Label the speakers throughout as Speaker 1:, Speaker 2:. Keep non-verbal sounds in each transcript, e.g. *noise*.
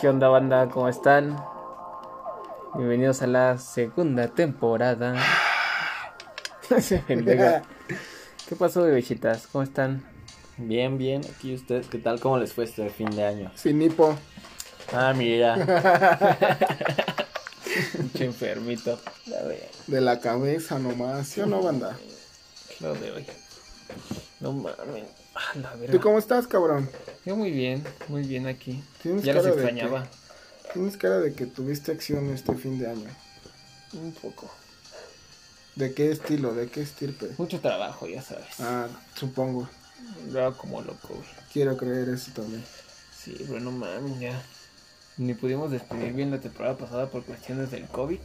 Speaker 1: ¿Qué onda banda? ¿Cómo están? Bienvenidos a la segunda temporada. *laughs* Ese pendejo. ¿Qué pasó, bebechitas? ¿Cómo están?
Speaker 2: Bien, bien, aquí ustedes, ¿qué tal? ¿Cómo les fue este fin de año?
Speaker 3: Sin hipo.
Speaker 2: Ah, *laughs* mira,
Speaker 1: Mucho enfermito. La verga,
Speaker 3: De la cabeza nomás, ¿sí o no, banda?
Speaker 1: Lo de hoy. No mames. Ah, la verga.
Speaker 3: ¿Tú cómo estás, cabrón?
Speaker 1: Yo muy bien, muy bien aquí.
Speaker 3: Tienes
Speaker 1: Ya los
Speaker 3: cara de
Speaker 1: extrañaba.
Speaker 3: Tienes cara de que tuviste acción este fin de año.
Speaker 1: Un poco.
Speaker 3: ¿De qué estilo? ¿De qué estirpe?
Speaker 1: Mucho trabajo, ya sabes.
Speaker 3: Ah, supongo.
Speaker 1: Andaba como loco, güey.
Speaker 3: Quiero creer eso también.
Speaker 1: Sí, pero no mames, ya. Ni pudimos despedir bien la temporada pasada por cuestiones del COVID.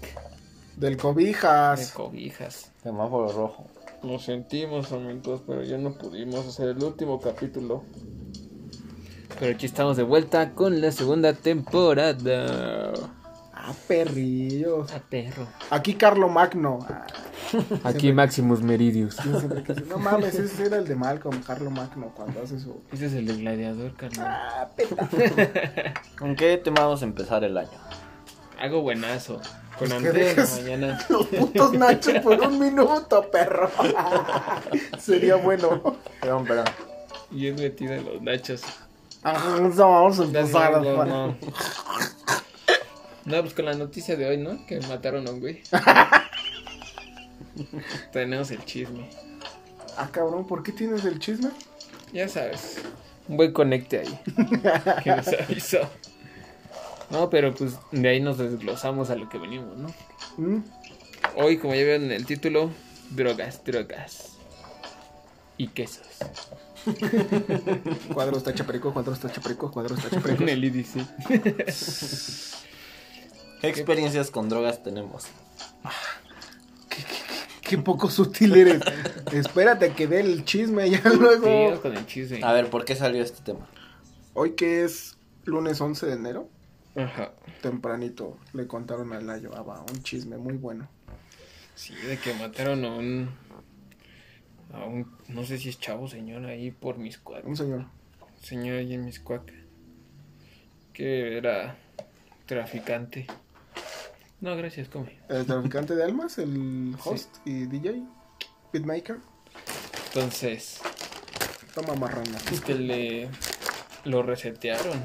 Speaker 3: Del
Speaker 1: De
Speaker 3: cobijas.
Speaker 1: cobijas.
Speaker 2: semáforo rojo.
Speaker 1: Lo sentimos, amigos, pero ya no pudimos hacer el último capítulo. Pero aquí estamos de vuelta con la segunda temporada.
Speaker 3: Ah, perrillos.
Speaker 1: A perro.
Speaker 3: Aquí Carlo Magno. Ah,
Speaker 1: Aquí Maximus Meridius.
Speaker 3: yo siempre quise- No mames, ese era el de Malcolm, Carlo Magno, cuando hace su...
Speaker 1: *laughs* Ese es el del gladiador, carnal.
Speaker 3: Ah, peta.
Speaker 2: ¿Con qué tema vamos a empezar el año?
Speaker 1: Hago buenazo. Con
Speaker 3: Pues que
Speaker 1: Andrés en la
Speaker 3: dejes-
Speaker 1: mañana.
Speaker 3: Los putos nachos por un minuto, perro. *laughs* Sería bueno.
Speaker 2: Perdón, perdón.
Speaker 1: Y es metida en los nachos.
Speaker 3: Ah, Vamos a empezar.
Speaker 1: No, no. No, pues con la noticia de hoy, ¿no? Que mataron a un *laughs* güey. Tenemos el chisme.
Speaker 3: Ah, cabrón, ¿por qué tienes el chisme?
Speaker 1: Ya sabes. Un buen conecte ahí. *laughs* que nos avisó. No, pero pues de ahí nos desglosamos a lo que venimos, ¿no?
Speaker 3: ¿Mm?
Speaker 1: Hoy, como ya vieron en el título, drogas, drogas. Y quesos.
Speaker 3: Cuadros tachapreco, cuadros tachapreco, cuadros tachapreco.
Speaker 1: Con el IDC.
Speaker 2: ¿Qué experiencias con drogas tenemos?
Speaker 3: *laughs* Qué poco sutil eres. Espérate que dé el chisme ya
Speaker 1: Seguimos
Speaker 3: luego.
Speaker 1: con el chisme.
Speaker 2: A ver, ¿por qué salió este tema?
Speaker 3: Hoy que es lunes 11 de enero,
Speaker 1: Ajá.
Speaker 3: tempranito le contaron a Layo Aba un chisme muy bueno.
Speaker 1: Sí, de que mataron a un. A un. No sé si es chavo, señor, ahí por mis
Speaker 3: Un
Speaker 1: cuacas.
Speaker 3: señor.
Speaker 1: Señor ahí en mis cuacas. Que era. Traficante. No, gracias, come.
Speaker 3: El traficante de almas, el host y DJ, beatmaker.
Speaker 1: Entonces.
Speaker 3: Toma marrana.
Speaker 1: Es que le. Lo resetearon.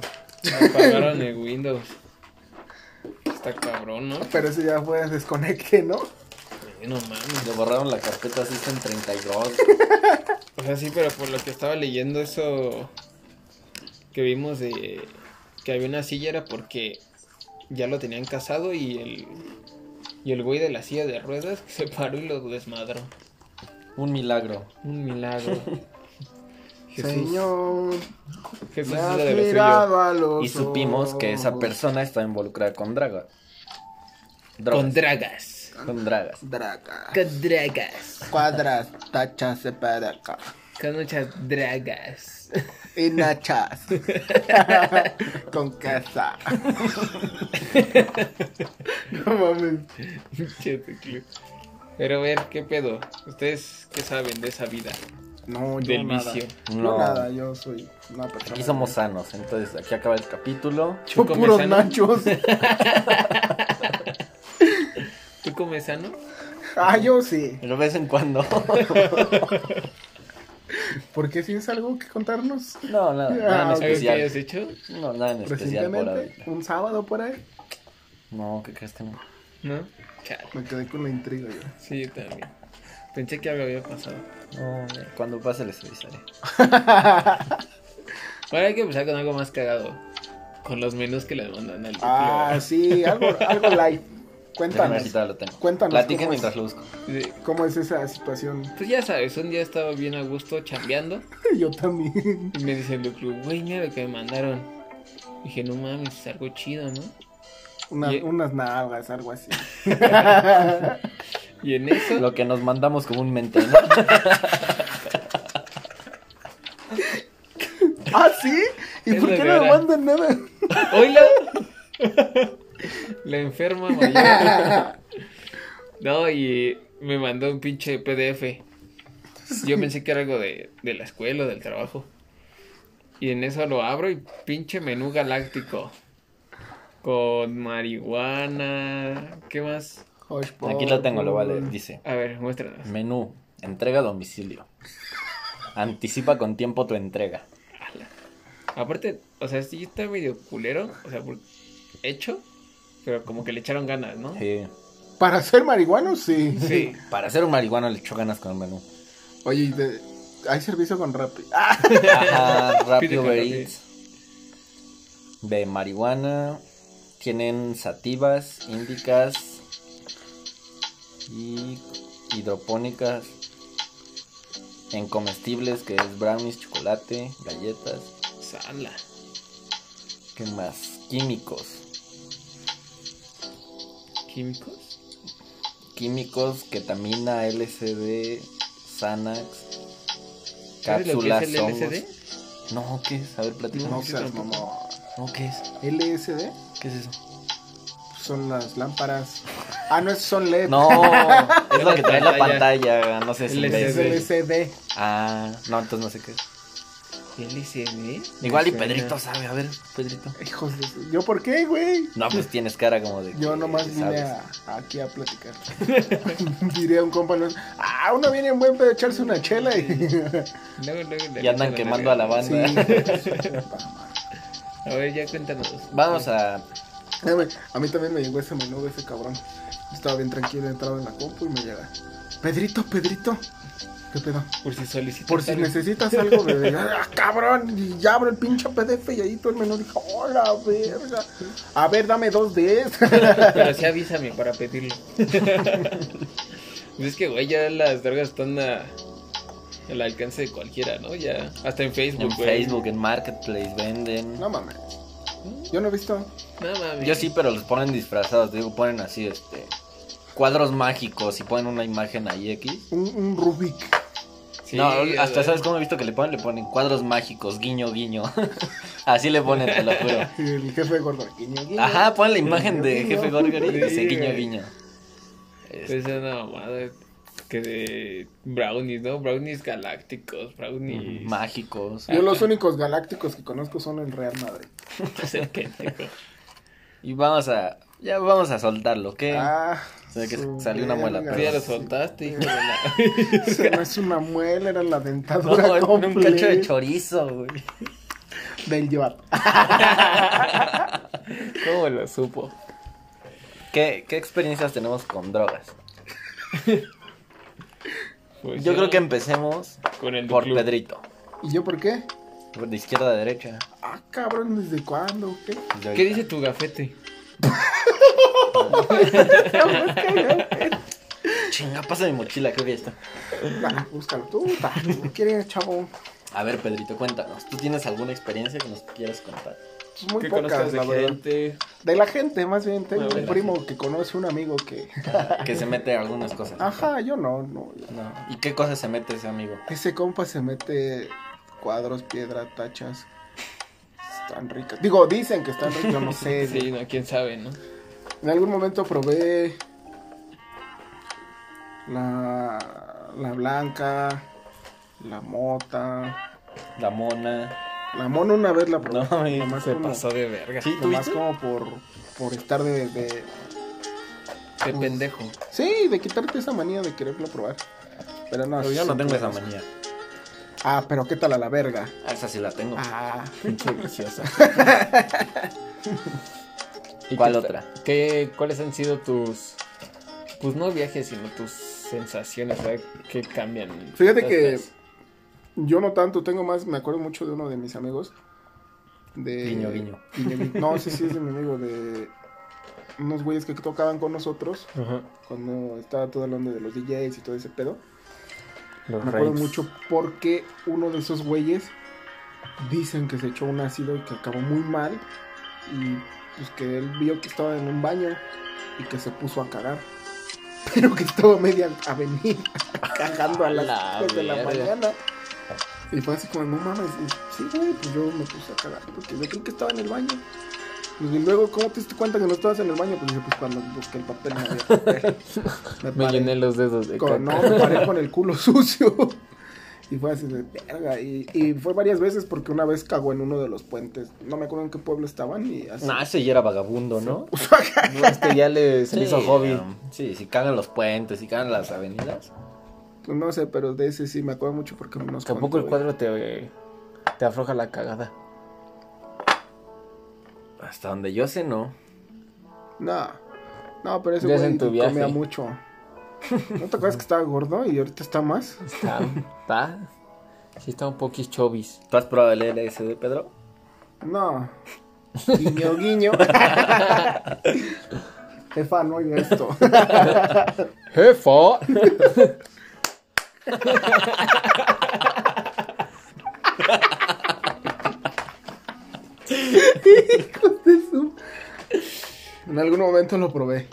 Speaker 1: Apagaron el Windows. Está cabrón, ¿no?
Speaker 3: Pero ese ya fue desconecte, ¿no?
Speaker 1: Eh, No mames.
Speaker 2: Le borraron la carpeta System 32.
Speaker 1: O sea, sí, pero por lo que estaba leyendo eso que vimos de que había una silla era porque ya lo tenían casado y el y el güey de la silla de ruedas *laughs* se paró y lo desmadró.
Speaker 2: Un milagro.
Speaker 1: Un milagro.
Speaker 3: *laughs* Señor.
Speaker 1: Jesús
Speaker 3: me
Speaker 1: hizo
Speaker 3: has
Speaker 1: de lo suyo.
Speaker 3: mirado a los
Speaker 2: Y supimos que esa
Speaker 3: ojos.
Speaker 2: persona está involucrada con draga.
Speaker 1: Con
Speaker 2: Drogas.
Speaker 1: dragas.
Speaker 2: Con dragas.
Speaker 3: Draga.
Speaker 1: Con dragas.
Speaker 3: Cuadras, tachas, separaca.
Speaker 1: Con muchas dragas. *laughs*
Speaker 3: Y
Speaker 2: *laughs*
Speaker 3: nachas. Con casa. no mames.
Speaker 1: Chete, club. Pero a ver, ¿qué pedo? ¿Ustedes qué saben de esa vida?
Speaker 3: No, yo
Speaker 1: Del
Speaker 3: nada.
Speaker 1: vicio.
Speaker 3: No.
Speaker 2: No.
Speaker 3: nada, yo soy una persona.
Speaker 2: Aquí somos sanos, entonces aquí acaba el capítulo.
Speaker 3: Yo
Speaker 1: Chuco
Speaker 3: puros
Speaker 1: Mesano.
Speaker 2: *laughs*
Speaker 3: nachos.
Speaker 1: ¿Tú comes sano?
Speaker 3: ah, yo sí.
Speaker 2: De vez en cuando. *laughs*
Speaker 3: Porque si es algo que contarnos
Speaker 2: No, nada, nada en
Speaker 3: Ah, ok.
Speaker 1: ¿Sabes qué
Speaker 2: especial.
Speaker 1: hayas hecho?
Speaker 2: No, nada en especial por
Speaker 3: recientemente,
Speaker 2: ahorita.
Speaker 3: un sábado por ahí,
Speaker 2: No, ¿qué crees que no?
Speaker 1: ¿No? Chale.
Speaker 3: me quedé con la intriga yo.
Speaker 1: Sí, yo también. Pensé que algo había pasado.
Speaker 2: No, cuando pase les avisaré.
Speaker 1: Ahora hay que empezar con algo más cagado. Con los menús que le mandan al
Speaker 3: Ah, sí, algo, algo live.
Speaker 2: Déjame
Speaker 3: Cuéntanos.
Speaker 2: quitarlo, lo tengo.
Speaker 3: Cuéntanos
Speaker 2: Platiquen
Speaker 3: cómo es.
Speaker 2: mientras lo busco.
Speaker 1: De-
Speaker 3: ¿Cómo es esa situación? *laughs*
Speaker 1: Pues ya sabes, un día estaba bien a gusto chambeando
Speaker 3: Yo también.
Speaker 1: y me dice el club, güey, mira lo que me mandaron. Dije, no mames, es algo chido, ¿no?
Speaker 3: Una-
Speaker 1: Y-
Speaker 3: Unas nalgas, algo así.
Speaker 1: Y en eso,
Speaker 2: *laughs* Lo que nos mandamos comúnmente, ¿no?
Speaker 3: *laughs* ¿Ah, sí? ¿Y
Speaker 1: Es
Speaker 3: por
Speaker 1: de
Speaker 3: qué no me
Speaker 1: veras.
Speaker 3: mandan *laughs* nada?
Speaker 1: ¡Hola! La enferma mayor. No, y me mandó un pinche PDF. Yo pensé que era algo de, de la escuela o del trabajo. Y en eso lo abro y pinche menú galáctico. con marihuana. ¿Qué más?
Speaker 2: Aquí lo tengo, lo
Speaker 3: Oh.
Speaker 2: vale. Dice:
Speaker 1: A ver, muéstranos.
Speaker 2: Menú, entrega a domicilio. Anticipa con tiempo tu entrega.
Speaker 1: Aparte, o sea, sí está medio culero, o sea, por- hecho, pero como que le echaron ganas, ¿no?
Speaker 2: Sí.
Speaker 3: Para ser marihuano, sí.
Speaker 1: Sí.
Speaker 2: Para ser un marihuano le echó ganas con el menú.
Speaker 3: Oye, ¿y de- hay servicio con Rappi. Ah,
Speaker 2: Ajá,
Speaker 1: Pide
Speaker 2: rápido
Speaker 1: con
Speaker 2: Uber
Speaker 1: Rappi.
Speaker 2: Eats. De marihuana. Tienen sativas, índicas y hidropónicas. En comestibles, que es brownies, chocolate, galletas.
Speaker 1: Sala.
Speaker 2: ¿Qué más? Químicos.
Speaker 1: ¿Químicos?
Speaker 2: Químicos, ketamina, LSD, Xanax,
Speaker 1: ¿Sabes lo que
Speaker 2: cápsulas,
Speaker 1: es el LSD?
Speaker 2: hongos. No, ¿qué es? A ver, platica.
Speaker 3: no
Speaker 1: sí,
Speaker 3: seas
Speaker 1: tampoco.
Speaker 3: mamón.
Speaker 2: No, ¿qué es?
Speaker 3: LSD
Speaker 1: *laughs*
Speaker 2: ¿Qué es eso?
Speaker 3: son las lámparas. Ah, no, esos son LED.
Speaker 2: No, es lo que trae la
Speaker 1: Pantalla.
Speaker 2: pantalla, no sé si
Speaker 1: El
Speaker 2: ves.
Speaker 3: Es
Speaker 1: SD.
Speaker 3: LSD.
Speaker 2: Ah, no, entonces no sé qué es.
Speaker 1: ¿LSD?
Speaker 2: Igual y
Speaker 1: Me suena.
Speaker 2: Pedrito sabe, a ver, Pedrito.
Speaker 3: Hijos de su- ¿Yo por qué, güey?
Speaker 2: No, pues tienes cara como de.
Speaker 3: Yo
Speaker 2: que
Speaker 3: nomás vine
Speaker 2: sabes.
Speaker 3: a- aquí a platicar. *laughs* Diré a un compa, no, ah, uno viene en buen pedo a echarse una chela y...
Speaker 1: Luego, luego, le
Speaker 2: Y andan
Speaker 1: avientan
Speaker 2: quemando a la
Speaker 1: verga.
Speaker 2: banda.
Speaker 3: *laughs*
Speaker 2: *laughs*
Speaker 1: A ver, ya cuéntanos.
Speaker 2: Vamos a.
Speaker 3: Déjame, A mí también me llegó ese menú de ese cabrón. Estaba bien tranquilo, entraba en la compu y me llega. Pedrito, Pedrito. ¿Qué pedo?
Speaker 1: Por si solicitas.
Speaker 3: Por si
Speaker 1: algo.
Speaker 3: necesitas algo, bebé. Ah, cabrón. Y ya abro el pinche PDF y ahí todo el menú dijo, hola, verga. A ver, dame dos de esas.
Speaker 1: Pero sí avísame para pedirlo. Pues es que, güey, ya las drogas están a- al alcance de cualquiera, ¿no? Ya, hasta en Facebook,
Speaker 2: En
Speaker 1: güey.
Speaker 2: Facebook, en Marketplace,
Speaker 3: *laughs*
Speaker 2: venden.
Speaker 3: No mames. Yo no he visto.
Speaker 1: No mames.
Speaker 2: Yo sí, pero los ponen disfrazados. Digo, ponen así, este. Cuadros mágicos y ponen una imagen ahí X.
Speaker 3: Un, un Rubik.
Speaker 1: Sí,
Speaker 2: no,
Speaker 1: a
Speaker 2: hasta
Speaker 1: ver.
Speaker 2: sabes cómo he visto que le ponen, le ponen cuadros mágicos, guiño, guiño. *laughs* así le ponen, te lo juro.
Speaker 3: Y el jefe gordo. guiño, guiño.
Speaker 2: Ajá, pues. pon la imagen de
Speaker 3: Guiño,
Speaker 2: jefe
Speaker 3: guiño.
Speaker 2: Gorgari y dice
Speaker 1: Sí,
Speaker 2: guiño
Speaker 1: güey.
Speaker 2: guiño. Es-
Speaker 1: Es una mamada que de brownies, ¿no? Brownies galácticos,
Speaker 2: Mm,
Speaker 1: brownies... *laughs*
Speaker 2: Mágicos.
Speaker 3: Yo los únicos galácticos que conozco son el Real Madrid.
Speaker 1: No sé qué,
Speaker 3: *laughs*
Speaker 1: tipo.
Speaker 2: Y vamos a. Ya vamos a soltarlo, ¿qué?
Speaker 3: Ah,
Speaker 2: Se ve que
Speaker 3: su
Speaker 2: salió una muela,
Speaker 1: Tú
Speaker 3: verga.
Speaker 2: pero-
Speaker 1: ya lo soltaste, hijo de la...
Speaker 2: *laughs*
Speaker 3: Eso no es una muela, era la
Speaker 2: *laughs* no,
Speaker 3: dentadura
Speaker 2: era un
Speaker 3: completa
Speaker 2: cacho de chorizo, güey.
Speaker 3: del llevar.
Speaker 1: ¿Cómo lo supo?
Speaker 2: ¿Qué, qué experiencias tenemos con drogas?
Speaker 1: Pues
Speaker 2: Yo
Speaker 1: ya,
Speaker 2: creo que empecemos
Speaker 1: Con el
Speaker 2: por
Speaker 1: club.
Speaker 2: Pedrito.
Speaker 3: ¿Y yo por qué?
Speaker 2: De izquierda a derecha.
Speaker 3: Ah, cabrón, ¿desde cuándo? ¿Qué?
Speaker 2: De ahorita.
Speaker 1: ¿Qué dice tu gafete?
Speaker 2: Chinga, pasa mi mochila, creo que ya está.
Speaker 3: Ah, búscalo tú, ta, ¿qué quieres, chavo?
Speaker 2: A ver, Pedrito, cuéntanos. ¿Tú tienes alguna experiencia que nos quieras contar?
Speaker 3: Pues Muy
Speaker 1: ¿Qué
Speaker 3: pocas,
Speaker 1: conozcas de
Speaker 3: la verdad.
Speaker 1: gente?
Speaker 3: De la gente, más bien, tengo
Speaker 1: Ah, de
Speaker 3: un
Speaker 1: la
Speaker 3: primo que conoce un amigo que...
Speaker 2: Que se mete algunas cosas.
Speaker 3: Ajá, yo no, no.
Speaker 2: No. ¿Y qué cosas se mete ese amigo?
Speaker 3: Ese compa se mete cuadros, piedra, tachas. Están ricas. Digo, dicen que están ricas, yo no sé.
Speaker 1: *laughs* Sí, no, quién sabe, ¿no?
Speaker 3: En algún momento probé la, la blanca, la mota.
Speaker 2: La mona.
Speaker 3: La mona una vez la probé.
Speaker 2: No, mami,
Speaker 3: nomás
Speaker 2: se
Speaker 3: como,
Speaker 1: Pasó de verga.
Speaker 2: Sí,
Speaker 3: nomás
Speaker 2: ¿tuviste?
Speaker 3: como por, por estar de, de-
Speaker 1: Qué pendejo.
Speaker 3: Sí, de quitarte esa manía de quererlo probar. Pero no,
Speaker 2: Pero yo
Speaker 3: sí
Speaker 2: no tengo esa
Speaker 3: puedes.
Speaker 2: manía.
Speaker 3: Ah, pero qué tal a la verga.
Speaker 2: Ah, Esa sí la tengo. *laughs*
Speaker 3: Ah,
Speaker 1: Deliciosa. ¿Y
Speaker 2: ¿Cuál
Speaker 1: qué-
Speaker 2: otra?
Speaker 1: qué- ¿Cuáles han sido tus, pues no viajes, sino tus sensaciones, ¿verdad? Que cambian.
Speaker 3: Fíjate que-
Speaker 1: Estas-
Speaker 3: yo no tanto, tengo más, me acuerdo mucho de uno de mis amigos. De,
Speaker 2: Guiño, guiño.
Speaker 3: guiño, guiño. No, sí, sí, es de mi amigo, de unos güeyes que tocaban con nosotros.
Speaker 1: Ajá.
Speaker 3: cuando estaba toda la onda de los DJs y todo ese pedo.
Speaker 1: Los
Speaker 3: me acuerdo
Speaker 1: raves.
Speaker 3: mucho porque uno de esos güeyes dicen que se echó un ácido y que acabó muy mal. Y pues que él vio que estaba en un baño y que se puso a cagar. *laughs* Pero que estaba media avenida *laughs* cagando a las
Speaker 2: La
Speaker 3: 3 de la
Speaker 2: verga.
Speaker 3: mañana. Y fue así como, no mames, y, sí, güey, pues yo me puse a cagar porque yo creí que estaba en el baño. Pues, y luego, ¿cómo te diste cuenta que no estabas en el baño? Pues dije, pues cuando busqué el papel no había
Speaker 1: *laughs*
Speaker 3: *laughs* papel.
Speaker 1: Me
Speaker 3: paré
Speaker 1: llené los dedos de
Speaker 3: con-
Speaker 1: caca. *laughs*
Speaker 3: no, me paré con el culo sucio. Y fue así de verga. Y, y fue varias veces porque una vez cagó en uno de los puentes. No me acuerdo en qué pueblo estaban y así.
Speaker 2: Nah, ah, ese ya era
Speaker 3: *laughs*
Speaker 2: vagabundo, ¿no?
Speaker 3: Pues,
Speaker 1: No, este ya *laughs* le se le hizo hobby.
Speaker 2: um, sí, si cagan los puentes, si cagan las avenidas.
Speaker 3: Pues no sé, pero de ese sí me acuerdo mucho porque nos
Speaker 1: pues, Tampoco el
Speaker 3: contó,
Speaker 1: cuadro te, te afloja la cagada.
Speaker 2: Hasta donde yo sé, no.
Speaker 3: güey. No. No, pero ese
Speaker 1: Ya es
Speaker 3: güey
Speaker 1: en tu
Speaker 3: comía
Speaker 1: viaje. *laughs*
Speaker 3: mucho. ¿No te acuerdas que estaba gordo y ahorita está más?
Speaker 1: Está, está. Sí, está un poquis chovis.
Speaker 2: ¿Tú has probado el LSD, Pedro?
Speaker 3: No.
Speaker 1: *laughs*
Speaker 3: Guiño, guiño. Jefa, no oiga esto.
Speaker 1: ¡Jefa! *laughs*
Speaker 3: En algún momento lo probé.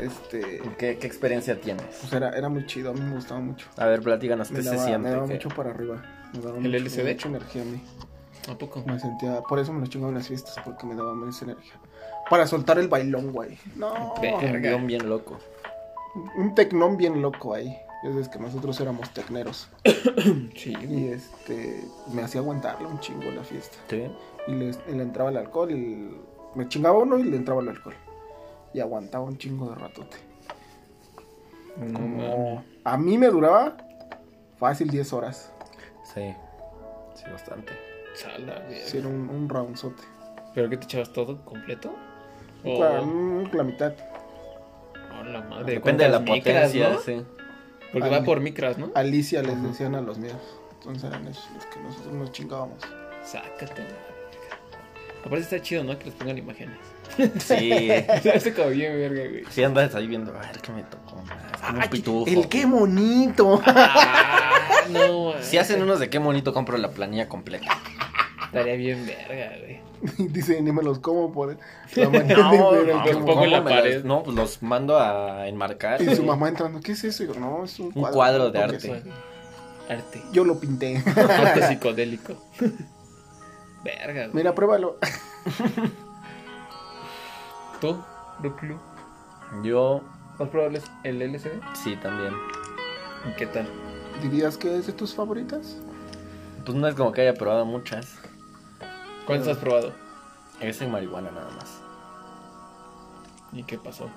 Speaker 3: Este.
Speaker 2: ¿Qué, qué experiencia tienes?
Speaker 3: Pues era, era muy chido, a mí me gustaba mucho.
Speaker 2: A ver, platícanos, ¿qué
Speaker 3: Me
Speaker 2: se
Speaker 3: daba, me
Speaker 2: siente?
Speaker 3: daba
Speaker 2: que-
Speaker 3: mucho para arriba. Me daba
Speaker 1: ¿El
Speaker 3: mucho-
Speaker 1: LCD?
Speaker 3: mucha energía a mí.
Speaker 1: ¿A poco?
Speaker 3: Me sentía. Por eso me lo chingaba en las fiestas, porque me daba más energía. Para soltar el bailón, güey. No.
Speaker 2: Un
Speaker 1: Verga.
Speaker 2: guión bien loco.
Speaker 3: Un tecnón bien loco ahí. Desde que nosotros éramos tecneros.
Speaker 1: Sí,
Speaker 3: Y este. Me hacía aguantarlo un chingo en la fiesta.
Speaker 2: ¿Sí?
Speaker 3: y le, y le entraba el alcohol y el- me chingaba uno y le entraba el alcohol y aguantaba un chingo de ratote
Speaker 1: No mames.
Speaker 3: como a mí me duraba fácil 10 horas
Speaker 2: Sí. Sí, bastante.
Speaker 1: Sala, verga.
Speaker 3: si era un, un roundzote
Speaker 1: ¿Pero qué te echabas todo completo?
Speaker 3: Un
Speaker 1: O-
Speaker 3: cua- un- la mitad
Speaker 1: a la madre.
Speaker 2: Depende de la
Speaker 1: ¿cuántas
Speaker 2: potencia,
Speaker 1: micras, no?
Speaker 2: sí.
Speaker 1: Porque va por micras, ¿no?
Speaker 3: Alicia les decían a los míos entonces eran esos los que nosotros nos chingábamos
Speaker 1: Sácate. la verga. Aparte está chido, ¿no? Que les pongan imágenes. *laughs*
Speaker 2: *laughs* Sí.
Speaker 1: Se hace como bien, verga, güey.
Speaker 2: Sí andas ahí viendo, a ver qué me tocó. Es como un pitufo.
Speaker 3: el qué bonito *laughs*
Speaker 1: Ah, *laughs* no, güey.
Speaker 2: Si hacen unos de qué bonito compro la planilla completa.
Speaker 1: Estaría bien verga, güey.
Speaker 3: dice ni me los como por la mañana
Speaker 2: *laughs* *laughs*
Speaker 3: *laughs*
Speaker 2: No,
Speaker 3: de ver el
Speaker 2: no,
Speaker 3: qué
Speaker 1: los
Speaker 2: ¿cómo-
Speaker 1: pongo en la
Speaker 2: cómo me los-
Speaker 1: pared.
Speaker 2: no, pues los mando a enmarcar.
Speaker 3: bonito. y su mamá entrando qué es eso Y yo, no es un
Speaker 2: Un
Speaker 3: cuadro,
Speaker 2: cuadro de
Speaker 3: no
Speaker 2: arte.
Speaker 3: toques".
Speaker 1: Bueno,
Speaker 2: *laughs*
Speaker 1: Arte.
Speaker 3: yo lo pinté *laughs*
Speaker 1: Arte psicodélico. *laughs* verga, güey.
Speaker 3: mira pruébalo *laughs*
Speaker 1: ¿Tú, Ruclu,
Speaker 2: Yo
Speaker 1: has probado el LSD?
Speaker 2: sí también.
Speaker 1: ¿Y qué tal?
Speaker 3: dirías que es de tus favoritas
Speaker 2: Pues no es como que haya probado muchas.
Speaker 1: ¿Cuántos has probado?
Speaker 2: Esa y marihuana nada más.
Speaker 1: ¿Y qué pasó?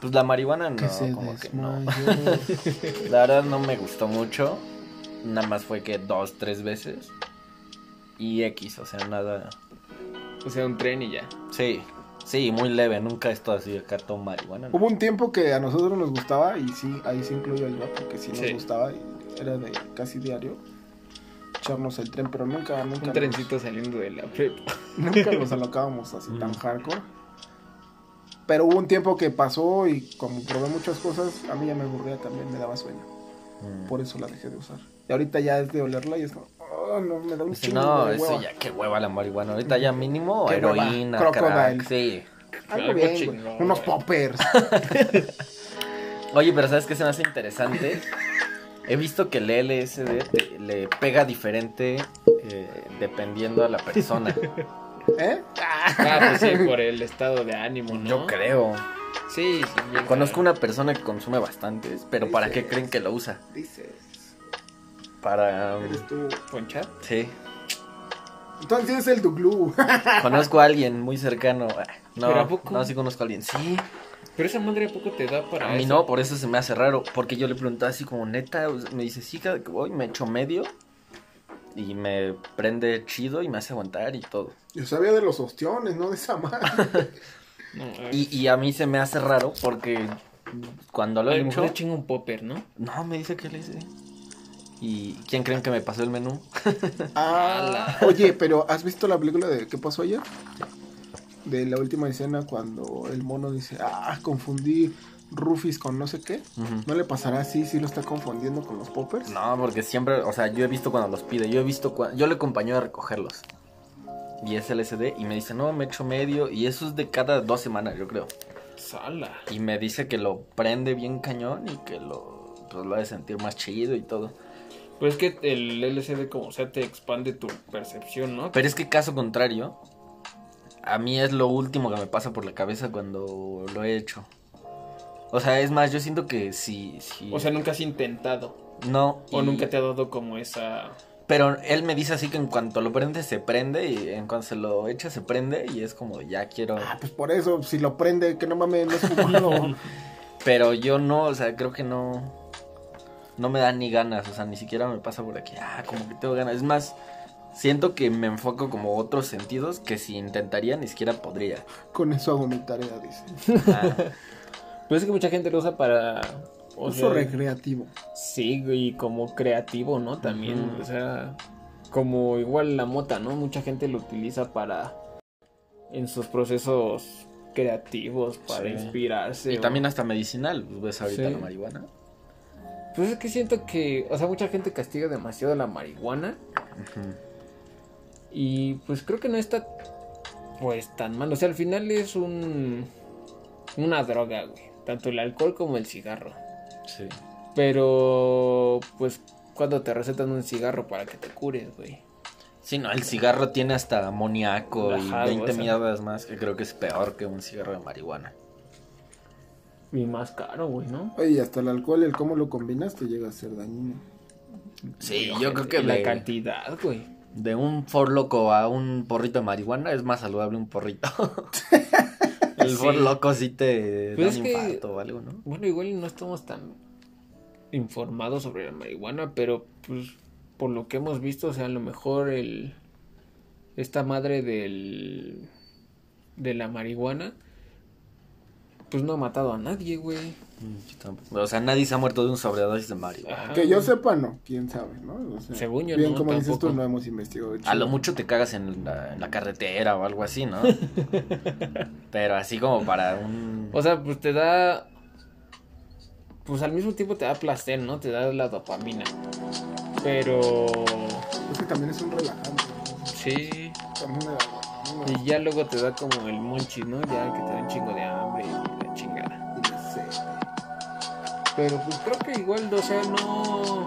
Speaker 2: Pues la marihuana no,
Speaker 3: que se
Speaker 2: como que no.
Speaker 3: desmayó.
Speaker 2: La verdad no me gustó mucho. Nada más fue que dos, tres veces. Y X, o sea, nada.
Speaker 1: O sea, un tren y ya.
Speaker 2: Sí, sí, muy leve. Nunca he estado así acá todo marihuana.
Speaker 3: *laughs*
Speaker 2: ¿no?
Speaker 3: Hubo un tiempo que a nosotros nos gustaba y sí, ahí sí incluyo yo, porque sí nos
Speaker 1: Sí.
Speaker 3: gustaba y era de casi diario echarnos el tren, pero nunca, nunca,
Speaker 1: Un trencito saliendo de la prepa.
Speaker 3: *laughs* Nos, nunca nos alocábamos así
Speaker 2: Mm.
Speaker 3: tan hardcore. Pero hubo un tiempo que pasó y como probé muchas cosas, a mí ya me aburría también, me daba sueño.
Speaker 2: Mm.
Speaker 3: Por eso la dejé de usar. Y ahorita ya es de olerla y es como, oh, no, me da un
Speaker 2: Dice,
Speaker 3: chingo
Speaker 2: no,
Speaker 3: de
Speaker 2: eso
Speaker 3: hueva".
Speaker 2: ya, qué hueva la marihuana. Ahorita ya mínimo
Speaker 3: Qué hueva.
Speaker 2: heroína,
Speaker 3: Crocodile.
Speaker 2: crack, sí.
Speaker 3: Algo
Speaker 1: Algo
Speaker 3: bien, güey.
Speaker 1: chingón,
Speaker 3: Unos
Speaker 1: güey.
Speaker 2: *laughs*
Speaker 3: poppers.
Speaker 2: Oye, pero ¿sabes qué se me hace
Speaker 3: *laughs*
Speaker 2: interesante? He visto que el LSD te- le pega diferente eh, dependiendo a la
Speaker 3: *laughs*
Speaker 2: persona.
Speaker 3: ¿Eh?
Speaker 1: Ah, pues sí, por el estado de ánimo, ¿no?
Speaker 2: Yo creo.
Speaker 1: Sí, sí. bien
Speaker 2: Conozco
Speaker 1: claro.
Speaker 2: una persona que consume bastantes, pero ¿para qué creen que lo usa?
Speaker 3: Dices,
Speaker 2: Para... um,
Speaker 3: eres tú.
Speaker 1: ¿Ponchar?
Speaker 3: *laughs*
Speaker 2: Sí.
Speaker 3: Entonces es el Duglu.
Speaker 2: Conozco a alguien muy cercano. Ah,
Speaker 1: ¿Pero a
Speaker 2: No,
Speaker 1: poco?
Speaker 2: no, sí conozco a alguien. Sí.
Speaker 1: Pero esa madre a poco te da para
Speaker 2: A mí
Speaker 1: eso?
Speaker 2: no, por eso se me hace raro. Porque yo le preguntaba así como neta, o sea, me dice, sí, cada que voy me echo medio. Y me prende chido y me hace aguantar y todo.
Speaker 3: *laughs* Yo sabía de los ostiones, no de esa madre.
Speaker 1: No, a ver.
Speaker 2: Y, y a mí se me hace raro porque cuando lo
Speaker 1: a
Speaker 2: he
Speaker 1: lo mejor
Speaker 2: hecho...
Speaker 1: le chinga un popper, ¿no?
Speaker 2: No, me dice que le hice. ¿Y quién creen que me pasó el menú?
Speaker 3: Ah, oye, pero ¿has visto la película de qué pasó ayer? De la última escena cuando el mono dice, ah, confundí Rufis con no sé qué. ¿No le pasará así si lo está confundiendo con los poppers?
Speaker 2: No, porque siempre, o sea, yo he visto cuando los pide, yo he visto cuando, yo le acompaño a recogerlos. Y es LSD y me dice, no, me echo medio. Y eso es de cada dos semanas, yo creo.
Speaker 1: Sala.
Speaker 2: Y me dice que lo prende bien cañón y que lo, pues, lo ha de sentir más chido y todo.
Speaker 1: Pues es que el LCD como sea te expande tu percepción, ¿no?
Speaker 2: Pero es que caso contrario, a mí es lo último que me pasa por la cabeza cuando lo he hecho. O sea, es más, yo siento que si. si...
Speaker 1: O sea, nunca has intentado.
Speaker 2: no.
Speaker 1: O
Speaker 2: y-
Speaker 1: nunca te ha dado como esa.
Speaker 2: Pero él me dice así que en cuanto lo prende se prende y en cuanto se lo echa se prende y es como ya quiero.
Speaker 3: Ah, pues por eso, si lo prende, que no mames, no
Speaker 1: *laughs*
Speaker 3: es fumado.
Speaker 2: Pero yo no, o sea, creo que no. No me dan ni ganas, o sea, ni siquiera me pasa por aquí. Ah, como que tengo ganas. Es más, siento que me enfoco como otros sentidos que si intentaría ni siquiera podría.
Speaker 3: Con eso hago mi tarea, dice.
Speaker 2: *laughs* Ah,
Speaker 1: Pero Pues es que mucha gente lo usa para. O
Speaker 3: Uso
Speaker 1: sea,
Speaker 3: recreativo.
Speaker 1: sí, y como creativo, ¿no? También,
Speaker 2: Ujú.
Speaker 1: o sea, como igual la mota, ¿no? Mucha gente lo utiliza para. en sus procesos creativos, para
Speaker 2: Sí.
Speaker 1: inspirarse.
Speaker 2: y
Speaker 1: o-
Speaker 2: también hasta medicinal, pues ves ahorita
Speaker 1: Sí.
Speaker 2: la marihuana.
Speaker 1: Pues es que siento que. O sea, mucha gente castiga demasiado la marihuana.
Speaker 2: Ujú.
Speaker 1: Y pues creo que no está pues tan mal. O sea, al final es un una droga, güey. Tanto el alcohol como el cigarro.
Speaker 2: Sí.
Speaker 1: Pero pues cuando te recetan un cigarro para que te cures, güey.
Speaker 2: Sí, no, el cigarro tiene hasta amoníaco
Speaker 1: Ajá,
Speaker 2: y 20
Speaker 1: o sea.
Speaker 2: mierdas más, que creo que es peor que un cigarro de marihuana.
Speaker 1: Y más caro, güey, ¿no?
Speaker 3: Oye, y hasta el alcohol, el cómo lo combinas, te llega a ser dañino.
Speaker 1: Güey,
Speaker 2: Sí, yo
Speaker 1: ojete.
Speaker 2: creo que
Speaker 1: Y la
Speaker 2: de,
Speaker 1: cantidad, güey.
Speaker 2: de un for loco a un porrito de marihuana es más saludable
Speaker 1: *laughs*
Speaker 2: un porrito. el
Speaker 1: Sí.
Speaker 2: for loco sí te
Speaker 1: Pues
Speaker 2: da
Speaker 1: es
Speaker 2: un
Speaker 1: que-
Speaker 2: infarto o algo, ¿no?
Speaker 1: Bueno, igual no estamos tan informados sobre la marihuana, pero pues por lo que hemos visto, o sea, a lo mejor el esta madre del de la marihuana pues no ha matado a nadie, güey.
Speaker 2: O sea, nadie se ha muerto de un sobredosis de marihuana.
Speaker 1: Ajá,
Speaker 3: Que yo
Speaker 1: güey.
Speaker 3: sepa, no, quién sabe, ¿no? O sea,
Speaker 1: Ah, Según yo,
Speaker 3: bien,
Speaker 1: no,
Speaker 3: como dices tú,
Speaker 1: tampoco.
Speaker 3: no hemos investigado.
Speaker 2: A lo
Speaker 3: chido.
Speaker 2: mucho te cagas en la, en la carretera o algo
Speaker 1: *laughs*
Speaker 2: así, ¿no? Pero así como para un...
Speaker 1: O sea, pues te da pues al mismo tiempo te da placer, ¿no? Te da la dopamina. Pero
Speaker 3: Es que también es un relajante.
Speaker 1: sí,
Speaker 3: También me da- me da-
Speaker 1: y ya luego te da como el monchis, ¿no? Ya que te da un chingo de hambre y la chingada.
Speaker 3: no sé.
Speaker 1: Pero pues creo que igual, o sea, no.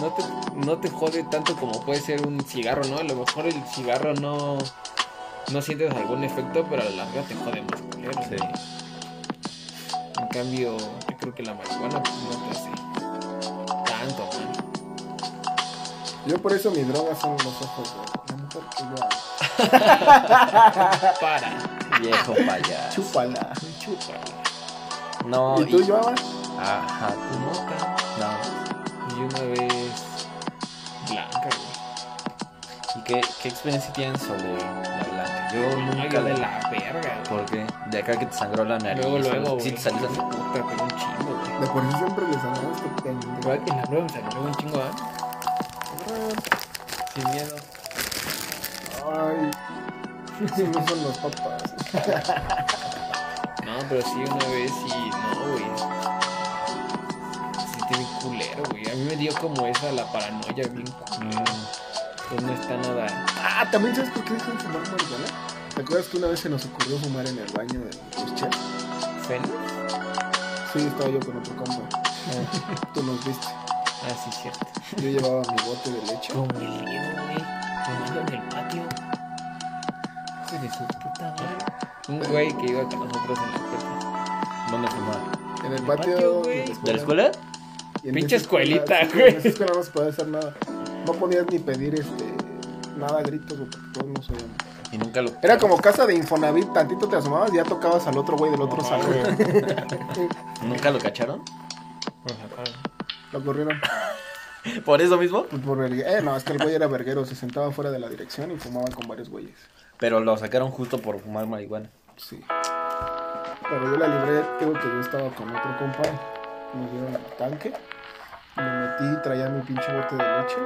Speaker 1: No te, no te jode tanto como puede ser un cigarro, ¿no? A lo mejor el cigarro no. No sientes algún efecto, pero a la larga te jode más culero.
Speaker 2: Sí.
Speaker 1: güey. En cambio, yo creo que la marihuana pues, no te hace tanto, man.
Speaker 3: Yo por eso mis drogas son los ojos, güey. La mujer que yo amo.
Speaker 1: Para.
Speaker 2: viejo payaso.
Speaker 3: Chúpala.
Speaker 1: Chupa.
Speaker 2: No,
Speaker 3: ¿Y tú,
Speaker 2: y-
Speaker 3: Joaba?
Speaker 2: Ajá,
Speaker 1: Tu mota.
Speaker 2: no.
Speaker 1: Y una vez. Blanca, güey.
Speaker 2: ¿Y qué, qué experiencia tienes sobre la blanca? Yo
Speaker 1: Ay,
Speaker 2: nunca
Speaker 1: la de
Speaker 2: le...
Speaker 1: la verga, güey.
Speaker 2: ¿Por qué? De acá que te sangró la nariz.
Speaker 1: Luego,
Speaker 2: ¿no?
Speaker 1: luego,
Speaker 2: Sí,
Speaker 1: güey.
Speaker 2: te salió así.
Speaker 1: Puta, pero un chingo, güey.
Speaker 3: De por eso siempre les hablaba este pendejo.
Speaker 1: Igual que en la prueba me salió un chingo, ¿ah? Sin miedo.
Speaker 3: Ay, esos no son los papás.
Speaker 1: No, pero sí, una vez y no, güey. Sí, te vi culero, güey. A mí me dio como esa la paranoia, bien culero. Pues no está nada.
Speaker 3: *laughs* Ah, también sabes por qué dejan fumar marihuana. ¿Te acuerdas que una vez se nos ocurrió fumar en el baño de los chefs?
Speaker 1: ¿Fen?
Speaker 3: Sí, estaba yo con otro compa.
Speaker 1: Ah,
Speaker 3: *laughs* Tú nos viste.
Speaker 1: ah, sí, cierto.
Speaker 3: Yo llevaba mi bote de leche.
Speaker 1: Con el miedo, güey. Fumando en el patio. Hijo de su puta madre. Un güey que iba con nosotros en la escuela.
Speaker 2: ¿Dónde fumaba?
Speaker 3: En el
Speaker 1: el
Speaker 3: patio.
Speaker 1: patio, güey.
Speaker 2: ¿De la escuela?
Speaker 3: Y en
Speaker 1: Pinche
Speaker 3: esa escuela,
Speaker 1: escuelita,
Speaker 3: sí,
Speaker 1: güey.
Speaker 3: En esa escuela no se podía hacer nada. No podías ni pedir este nada a gritos, güey, porque todos nos oían.
Speaker 2: Y nunca lo...
Speaker 3: Era como casa de Infonavit, tantito te asomabas y ya tocabas al otro güey del otro
Speaker 1: Ajá, güey.
Speaker 3: salón.
Speaker 2: ¿Nunca lo cacharon? *laughs*
Speaker 1: Nos sacaron.
Speaker 3: Lo corrieron.
Speaker 2: ¿Por eso mismo?
Speaker 3: Por el- eh, no, es que el güey era verguero, se sentaba fuera de la dirección y fumaba con varios güeyes.
Speaker 2: Pero lo sacaron justo por fumar marihuana.
Speaker 3: Sí. Pero yo la libré, creo que yo estaba con otro compa, me dieron el tanque, me metí, traía mi pinche bote de leche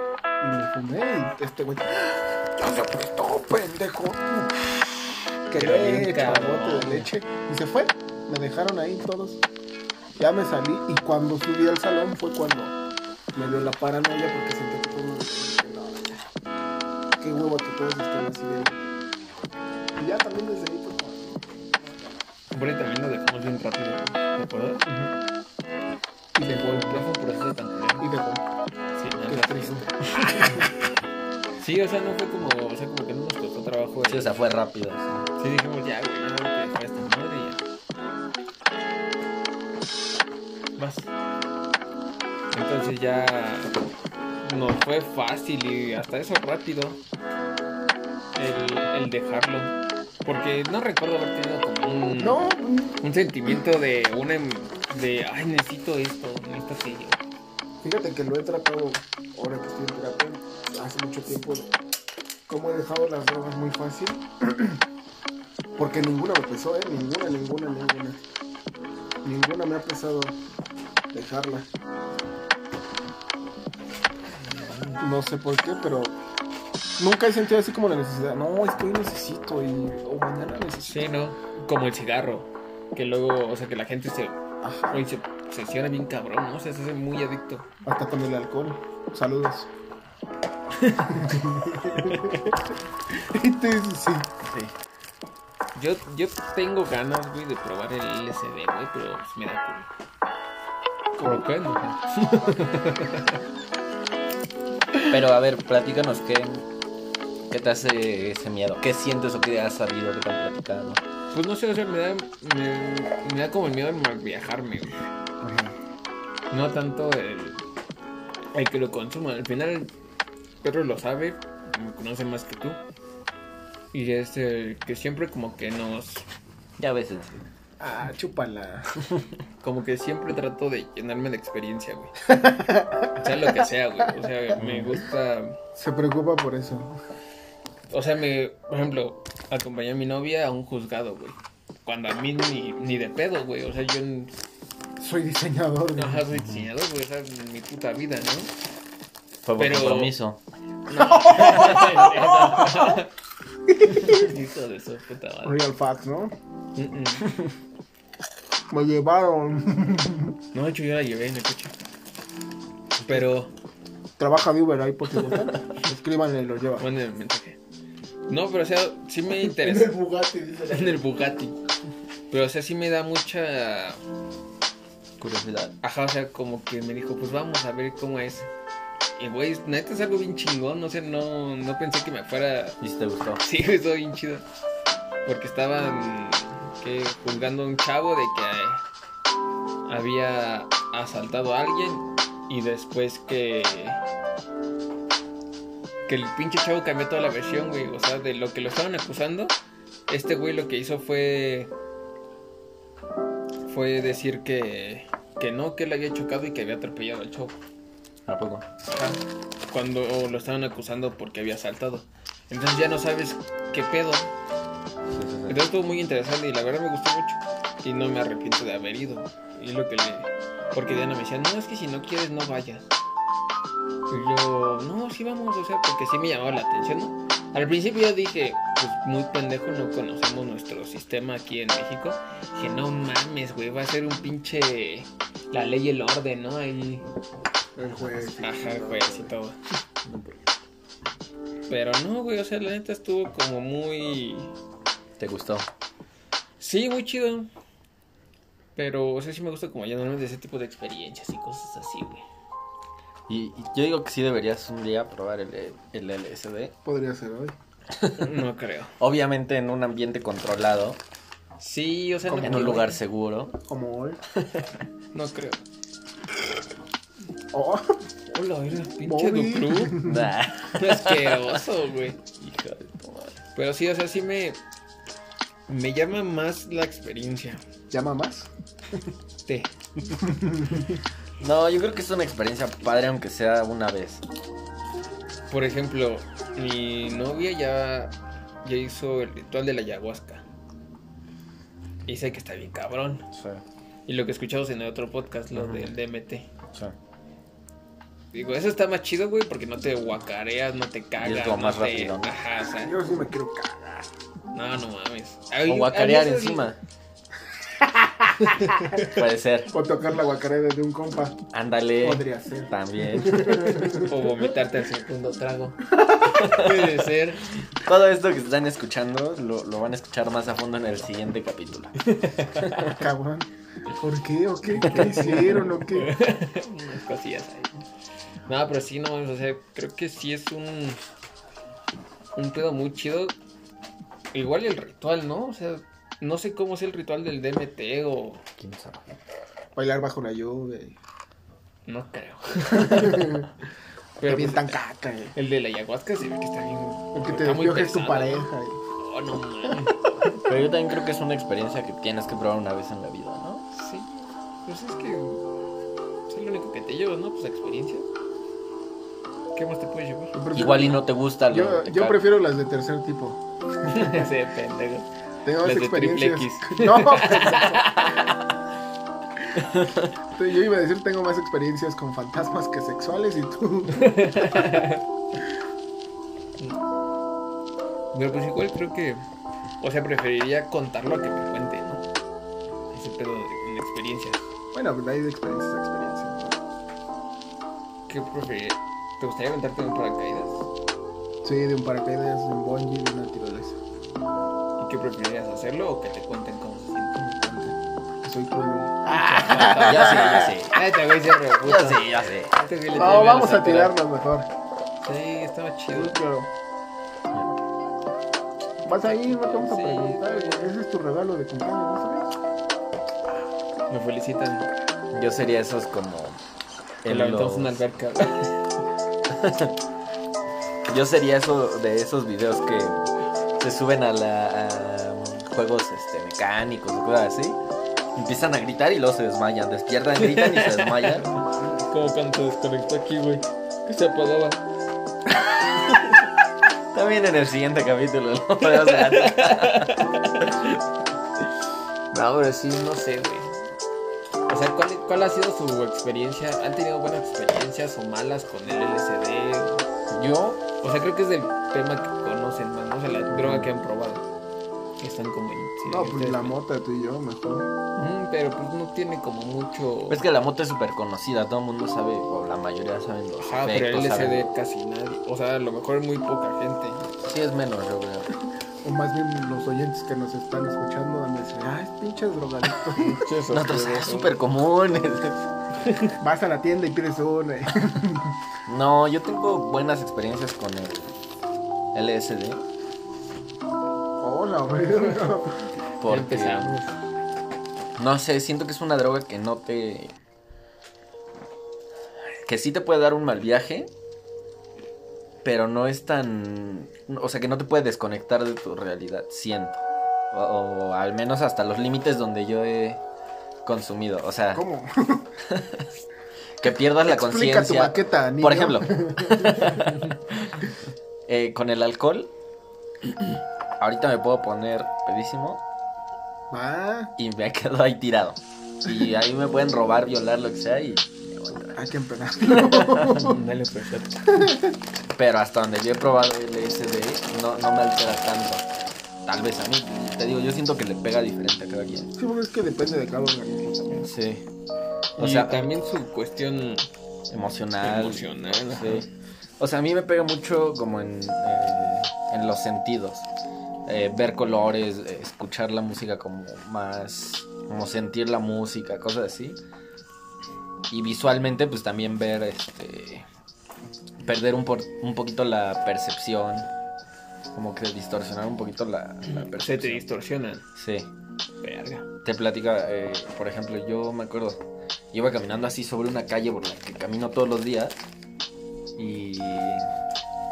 Speaker 3: y me fumé y este güey, ya se apretó, pendejo. Que
Speaker 1: Pero bien
Speaker 3: le echa
Speaker 1: cabrón.
Speaker 3: bote de leche y se fue, me dejaron ahí todos. Ya me salí y cuando subí al salón fue cuando me dio la paranoia porque sentí que todos me no, Qué huevo que todos estén así de... Y ya también desde ahí fue como...
Speaker 1: Hombre, también lo dejamos bien rápido, güey. ¿te acuerdas?
Speaker 3: Y de golpe.
Speaker 1: Fue un proceso tan culero.
Speaker 3: Y de golpe.
Speaker 1: Sí, nada
Speaker 3: Qué
Speaker 1: rápido.
Speaker 3: triste.
Speaker 1: Sí, o sea, no fue como, o sea, como que no nos costó trabajo.
Speaker 3: Pues
Speaker 2: Sí, o sea, fue rápido. sí.
Speaker 1: Sí, dijimos ya, güey, ya, que fue esta madre y ya. Chiapas. Entonces ya nos fue fácil y hasta eso rápido el, el dejarlo. Porque no recuerdo haber tenido como un,
Speaker 3: No,
Speaker 1: un sentimiento de una em- de ay necesito esto, necesito aquello.
Speaker 3: fíjate que lo he tratado ahora que estoy en terapia, hace mucho tiempo, como he dejado las drogas muy fácil, *clears throat* porque ninguna me pesó, ¿eh? Ninguna, ninguna, ninguna. Ninguna me ha pesado dejarla. No sé por qué, pero nunca he sentido así como la necesidad. No, es que hoy necesito y o mañana necesito.
Speaker 1: Sí, ¿no? Como el cigarro. Que luego, o sea, que la gente se,
Speaker 3: Ajá.
Speaker 1: hoy se obsesiona bien cabrón, ¿no? O sea, se hace muy adicto.
Speaker 3: Hasta con el alcohol. Saludos. Entonces, *laughs* sí.
Speaker 2: Sí.
Speaker 1: Yo, yo tengo ganas, güey, de probar el LSD, güey, pero pues, me da culo. ¿Por qué no?
Speaker 2: Pero a ver, platícanos qué, qué te hace ese miedo. ¿Qué sientes o qué has sabido que te han platicado?
Speaker 1: Pues no sé, o sea, me da, me, me da como el miedo de viajarme, güey. No tanto el, el que lo consuma. Al final, Pedro lo sabe, me conoce más que tú. Y es el que siempre como que nos...
Speaker 2: Ya a veces.
Speaker 3: Ah, chúpala.
Speaker 1: Como que siempre trato de llenarme de experiencia, güey. sea lo que sea, güey. O sea, me gusta...
Speaker 3: Se preocupa por eso.
Speaker 1: O sea, me, por ejemplo, acompañé a mi novia a un juzgado, güey. Cuando a mí ni, ni de pedo, güey. O sea, yo en-
Speaker 3: Soy diseñador. güey.
Speaker 1: ajá, soy diseñador, güey. O sea, en mi puta vida, ¿no?
Speaker 2: Fue por
Speaker 1: Pero-
Speaker 2: compromiso.
Speaker 1: *laughs* Hijo de su puta madre.
Speaker 3: Real facts, ¿no?
Speaker 1: Mm, mm.
Speaker 3: Me llevaron.
Speaker 1: No, de hecho, yo la llevé en el coche. Pero,
Speaker 3: Trabaja de Uber ahí por si gustan. Escríbanle y lo lleva.
Speaker 1: bueno, el mensaje. No, pero o sea, sí me
Speaker 3: En
Speaker 1: interesa.
Speaker 3: *laughs* el Bugatti, dice la-
Speaker 1: en el Bugatti. Pero, o sea, sí me da mucha.
Speaker 2: Curiosidad.
Speaker 1: Ajá, o sea, como que me dijo, pues vamos a ver cómo es. Y, güey, neta es algo bien chingón. No sé, no, no pensé que me fuera.
Speaker 2: ¿Y si te gustó?
Speaker 1: Sí, güey, estuvo bien chido. Porque estaban que juzgando a un chavo de que eh, había asaltado a alguien y después que que el pinche chavo cambió toda la versión, güey, o sea, de lo que lo estaban acusando, este güey lo que hizo fue fue decir que que no, que él había chocado y que había atropellado al chavo
Speaker 2: ¿A poco?
Speaker 1: cuando lo estaban acusando porque había asaltado. Entonces ya no sabes qué pedo.
Speaker 2: Sí, sí, sí.
Speaker 1: Entonces estuvo muy interesante y la verdad me gustó mucho. Y no me arrepiento de haber ido. Y lo que le... Porque Diana me decía, no, es que si no quieres no vayas. Y yo, no, sí vamos, o sea, porque sí me llamaba la atención, ¿no? Al principio yo dije, pues muy pendejo, no conocemos nuestro sistema aquí en México. Dije, no mames, güey, va a ser un pinche... La ley y el orden, ¿no? Ahí...
Speaker 3: El juez.
Speaker 1: Ajá, el juez y todo. Pero no, güey, o sea, la neta estuvo como muy...
Speaker 2: ¿Te gustó?
Speaker 1: Sí, muy chido. Pero, o sea, sí me gusta como llenarme de ese tipo de experiencias y cosas así, güey.
Speaker 2: Y, y yo digo que sí deberías un día probar el, el LSD.
Speaker 3: Podría ser hoy.
Speaker 1: No creo.
Speaker 2: Obviamente en un ambiente controlado,
Speaker 1: Sí, o sea, no
Speaker 2: en
Speaker 1: creo.
Speaker 2: un lugar *laughs* seguro.
Speaker 3: Como hoy.
Speaker 1: No creo.
Speaker 3: Oh, *laughs*
Speaker 1: Hola, era pinche
Speaker 3: Bobby.
Speaker 1: Ducru.
Speaker 2: Nah.
Speaker 1: Asqueroso, güey.
Speaker 2: Hijo de tu madre.
Speaker 1: Pero sí, o sea, sí me... Me llama más la experiencia.
Speaker 3: ¿Llama más?
Speaker 1: Te.
Speaker 2: No, yo creo que es una experiencia padre, aunque sea una vez.
Speaker 1: Por ejemplo, mi novia ya, ya hizo el ritual de la ayahuasca. Y dice que está bien cabrón.
Speaker 2: Sí,
Speaker 1: Y lo que escuchamos en el otro podcast, lo
Speaker 2: Ajá.
Speaker 1: del DMT.
Speaker 2: sí.
Speaker 1: Digo, eso está más chido, güey, porque no te guacareas, no te cagas.
Speaker 2: Y es como
Speaker 1: no
Speaker 2: más
Speaker 1: te-
Speaker 2: rápido, ¿no?
Speaker 1: Ajá, o sea,
Speaker 3: Yo sí me quiero cagar.
Speaker 1: no, no mames.
Speaker 2: O
Speaker 1: Ay,
Speaker 2: guacarear
Speaker 1: ay, eso sí.
Speaker 2: encima.
Speaker 1: *laughs*
Speaker 2: *laughs* Puede ser.
Speaker 3: O tocar la guacarera de un compa.
Speaker 2: Ándale.
Speaker 3: Podría ser.
Speaker 2: También.
Speaker 1: O vomitarte al segundo trago. *laughs* Puede ser.
Speaker 2: Todo esto que están escuchando lo, lo van a escuchar más a fondo en el siguiente capítulo.
Speaker 3: Ah, Cabrón. ¿Por qué? ¿O qué? ¿Qué hicieron? ¿O qué?
Speaker 1: Unas cosillas ahí. No, pero sí, no mames, o sea, creo que sí es un. Un pedo muy chido. Igual el ritual, ¿no? O sea, no sé cómo es el ritual del DMT o.
Speaker 2: ¿Quién sabe?
Speaker 3: Bailar bajo la lluvia. y-
Speaker 1: No
Speaker 3: *laughs*
Speaker 1: creo.
Speaker 3: Te
Speaker 1: Pero pues,
Speaker 3: avientan caca. eh.
Speaker 1: el de la ayahuasca se ve que está bien.
Speaker 3: O que te
Speaker 1: está muy
Speaker 3: despiojes tu
Speaker 1: pesado,
Speaker 3: pareja.
Speaker 1: ¿no?
Speaker 3: eh.
Speaker 1: Oh, no mames.
Speaker 2: Pero yo también creo que es una experiencia que tienes que probar una vez en la vida, ¿no?
Speaker 1: Sí. Pues es que. Es lo único que te llevas, ¿no? Pues la experiencia. ¿Qué más te puede llevar?
Speaker 3: *laughs* Yo prefiero-
Speaker 2: Igual y no te gusta. lo-
Speaker 3: Yo,
Speaker 2: te
Speaker 3: yo
Speaker 2: caga.
Speaker 3: prefiero las de tercer tipo.
Speaker 1: Ese pendejo. Las
Speaker 3: Tengo más
Speaker 1: de triple
Speaker 3: experiencias. *laughs* No, pues,
Speaker 1: *laughs*
Speaker 3: pendejo. Yo iba a decir, tengo más experiencias con fantasmas que sexuales y tú. *laughs*
Speaker 1: Pero pues igual creo que. O sea, preferiría contarlo a que me cuente, ¿no? Ese pedo de, en experiencias.
Speaker 3: Bueno, pues hay de experiencias a experiencias.
Speaker 1: ¿Qué preferiría? ¿Te gustaría aventarte en un paracaídas?
Speaker 3: Sí, de un paracaídas, de un bungee, de una tirolesa.
Speaker 1: ¿Y qué preferirías hacerlo o que te cuenten cómo se siente?
Speaker 3: Que soy cool, güey.
Speaker 2: *laughs* Ya sé,
Speaker 3: *laughs*
Speaker 2: ya sé.
Speaker 1: Ah, Este güey se reputa.
Speaker 2: Ya sé, ya sé.
Speaker 1: Este
Speaker 3: No, vamos a tirarnos mejor.
Speaker 1: Sí, estaba chido.
Speaker 3: Sí, claro. Vas a ir, no te vamos a
Speaker 1: Sí.
Speaker 3: preguntar. güey. Ese es tu regalo de cumpleaños, ¿no sabes?
Speaker 1: Me felicitan.
Speaker 2: Yo sería esos como.
Speaker 1: Que
Speaker 2: en
Speaker 1: lo aventamos en
Speaker 2: los-
Speaker 1: una alberca. güey.
Speaker 2: Yo sería eso de esos videos que se suben a, la, a, um, juegos este, mecánicos o cosas así. Empiezan a gritar y luego se desmayan. Despiertan, gritan y se
Speaker 1: *laughs*
Speaker 2: desmayan.
Speaker 1: Como cuando se desconectó aquí, güey. Que se apagaba.
Speaker 2: También en el siguiente capítulo. No, *laughs* Pero, o sea,
Speaker 1: No, pero sí, no sé, güey. O sea, ¿cuál, cuál ha sido su experiencia? ¿Han tenido buenas experiencias o malas con el LSD?
Speaker 2: yo,
Speaker 1: O sea, creo que es del tema que conocen más, ¿no? O sea, la droga que han probado. Que están como en... sí,
Speaker 3: No, pues
Speaker 1: ustedes,
Speaker 3: la
Speaker 1: güey.
Speaker 3: mota, tú y yo, mejor.
Speaker 1: Ujú, pero pues no tiene como mucho...
Speaker 2: es que la moto es súper conocida. Todo el mundo sabe, o la mayoría saben los
Speaker 1: Ajá, Ah, pero el
Speaker 2: efectos.
Speaker 1: LSD
Speaker 2: saben-
Speaker 1: casi nadie. O sea, a lo mejor muy poca gente.
Speaker 2: Sí, es menos, yo creo.
Speaker 3: O más bien los oyentes que nos están escuchando van a decir, ah, es pinches drogadictos.
Speaker 2: Nosotros, ah, súper comunes.
Speaker 3: *laughs* Vas a la tienda y pides una. eh.
Speaker 2: No, yo tengo buenas experiencias con el LSD.
Speaker 3: Hola, güey. no.
Speaker 1: Ya
Speaker 2: Porque
Speaker 1: empezamos.
Speaker 2: No sé, siento que es una droga que no te. Que sí te puede dar un mal viaje. Pero no es tan. O sea, que no te puede desconectar de tu realidad, siento. O, o al menos hasta los límites donde yo he consumido. O sea,
Speaker 3: ¿Cómo?
Speaker 2: que pierdas la
Speaker 3: Explica tu
Speaker 2: conciencia.
Speaker 3: maqueta, niño. *laughs*
Speaker 2: Por ejemplo, eh, con el alcohol, ahorita me puedo poner pedísimo
Speaker 3: Ah,
Speaker 2: y me *laughs* quedo ahí tirado. Y ahí me pueden robar, violar, lo que sea y... me voy a entrar.
Speaker 3: hay que empezar. *laughs*
Speaker 1: *laughs* Dale, perfecto.
Speaker 2: Pero hasta donde yo he probado LSD no, no me altera tanto. Tal vez a mí. Te digo, yo siento que le pega diferente a cada quien.
Speaker 3: Sí, bueno, es que depende de cada organismo también.
Speaker 2: Sí.
Speaker 1: O
Speaker 2: O
Speaker 1: sea,
Speaker 2: sea,
Speaker 1: también su cuestión
Speaker 2: Emocional.
Speaker 1: emocional.
Speaker 2: Sí. O sea, a mí me pega mucho como en, eh, en los sentidos. Eh, ver colores, eh, escuchar la música como más, como sentir la música, cosas así. Y visualmente pues también ver, este, perder un, por- un poquito la percepción, como que distorsionar un poquito la, la
Speaker 1: Pero se te
Speaker 2: percepción.
Speaker 1: distorsionan.
Speaker 2: Sí.
Speaker 1: Verga.
Speaker 2: Te platica, eh, por ejemplo, yo me acuerdo, iba caminando así sobre una calle por la que camino todos los días y,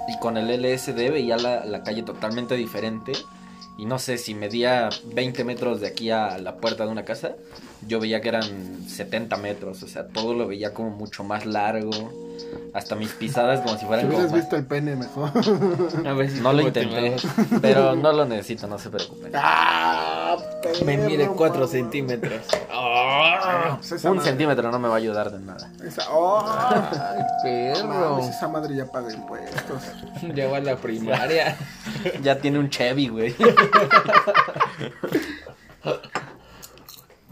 Speaker 2: y con el LSD veía la, la calle totalmente diferente y no sé si medía 20 metros de aquí a la puerta de una casa, yo veía que eran 70 metros, o sea, todo lo veía como mucho más largo, hasta mis pisadas como si
Speaker 3: Si
Speaker 2: fueran como...
Speaker 3: hubieras
Speaker 2: más-
Speaker 3: visto el pene mejor. *laughs* pues
Speaker 1: A ver si
Speaker 2: No lo
Speaker 1: como te
Speaker 2: intenté,
Speaker 1: vas.
Speaker 2: pero no lo necesito, no se preocupen.
Speaker 3: ah,
Speaker 1: Me mide
Speaker 3: perro,
Speaker 1: 4 *laughs*
Speaker 3: pa-
Speaker 1: centímetros. Ah,
Speaker 3: Pues esa
Speaker 2: Un
Speaker 3: madre-
Speaker 2: centímetro no me va a ayudar de nada.
Speaker 3: Esa, oh,
Speaker 1: perro.
Speaker 3: mames, esa madre ya paga impuestos.
Speaker 1: Ya va a la primaria.
Speaker 2: Ya tiene un Chevy, güey.
Speaker 1: *laughs*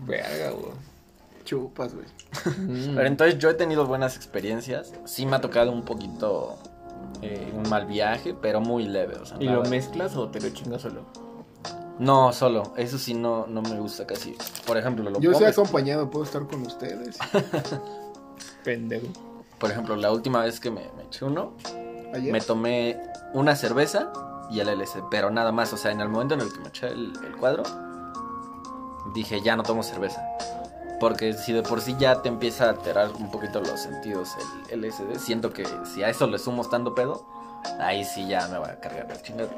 Speaker 1: Verga, güey.
Speaker 3: Chupas, güey.
Speaker 1: Mm.
Speaker 2: *laughs* Pero entonces yo he tenido buenas experiencias. Sí me ha tocado un poquito eh, un mal viaje, pero muy leve. O sea,
Speaker 1: ¿Y
Speaker 2: nada.
Speaker 1: lo mezclas o te lo chingas solo?
Speaker 2: No, solo. Eso sí no, no me gusta casi. Por ejemplo, lo
Speaker 3: Yo estoy
Speaker 2: poco-
Speaker 3: acompañado, puedo estar con
Speaker 2: *laughs*
Speaker 3: ustedes.
Speaker 1: Pendejo.
Speaker 2: Por ejemplo, la última vez que me, me eché uno,
Speaker 3: Ayer.
Speaker 2: me tomé una cerveza y el LSD, pero nada más. O sea, en el momento en el que me eché el, el cuadro, dije, ya no tomo cerveza. Porque si de por sí ya te empieza a alterar un poquito los sentidos el LSD, siento que si a eso le sumo estando pedo, ahí sí ya me va a cargar la chingada.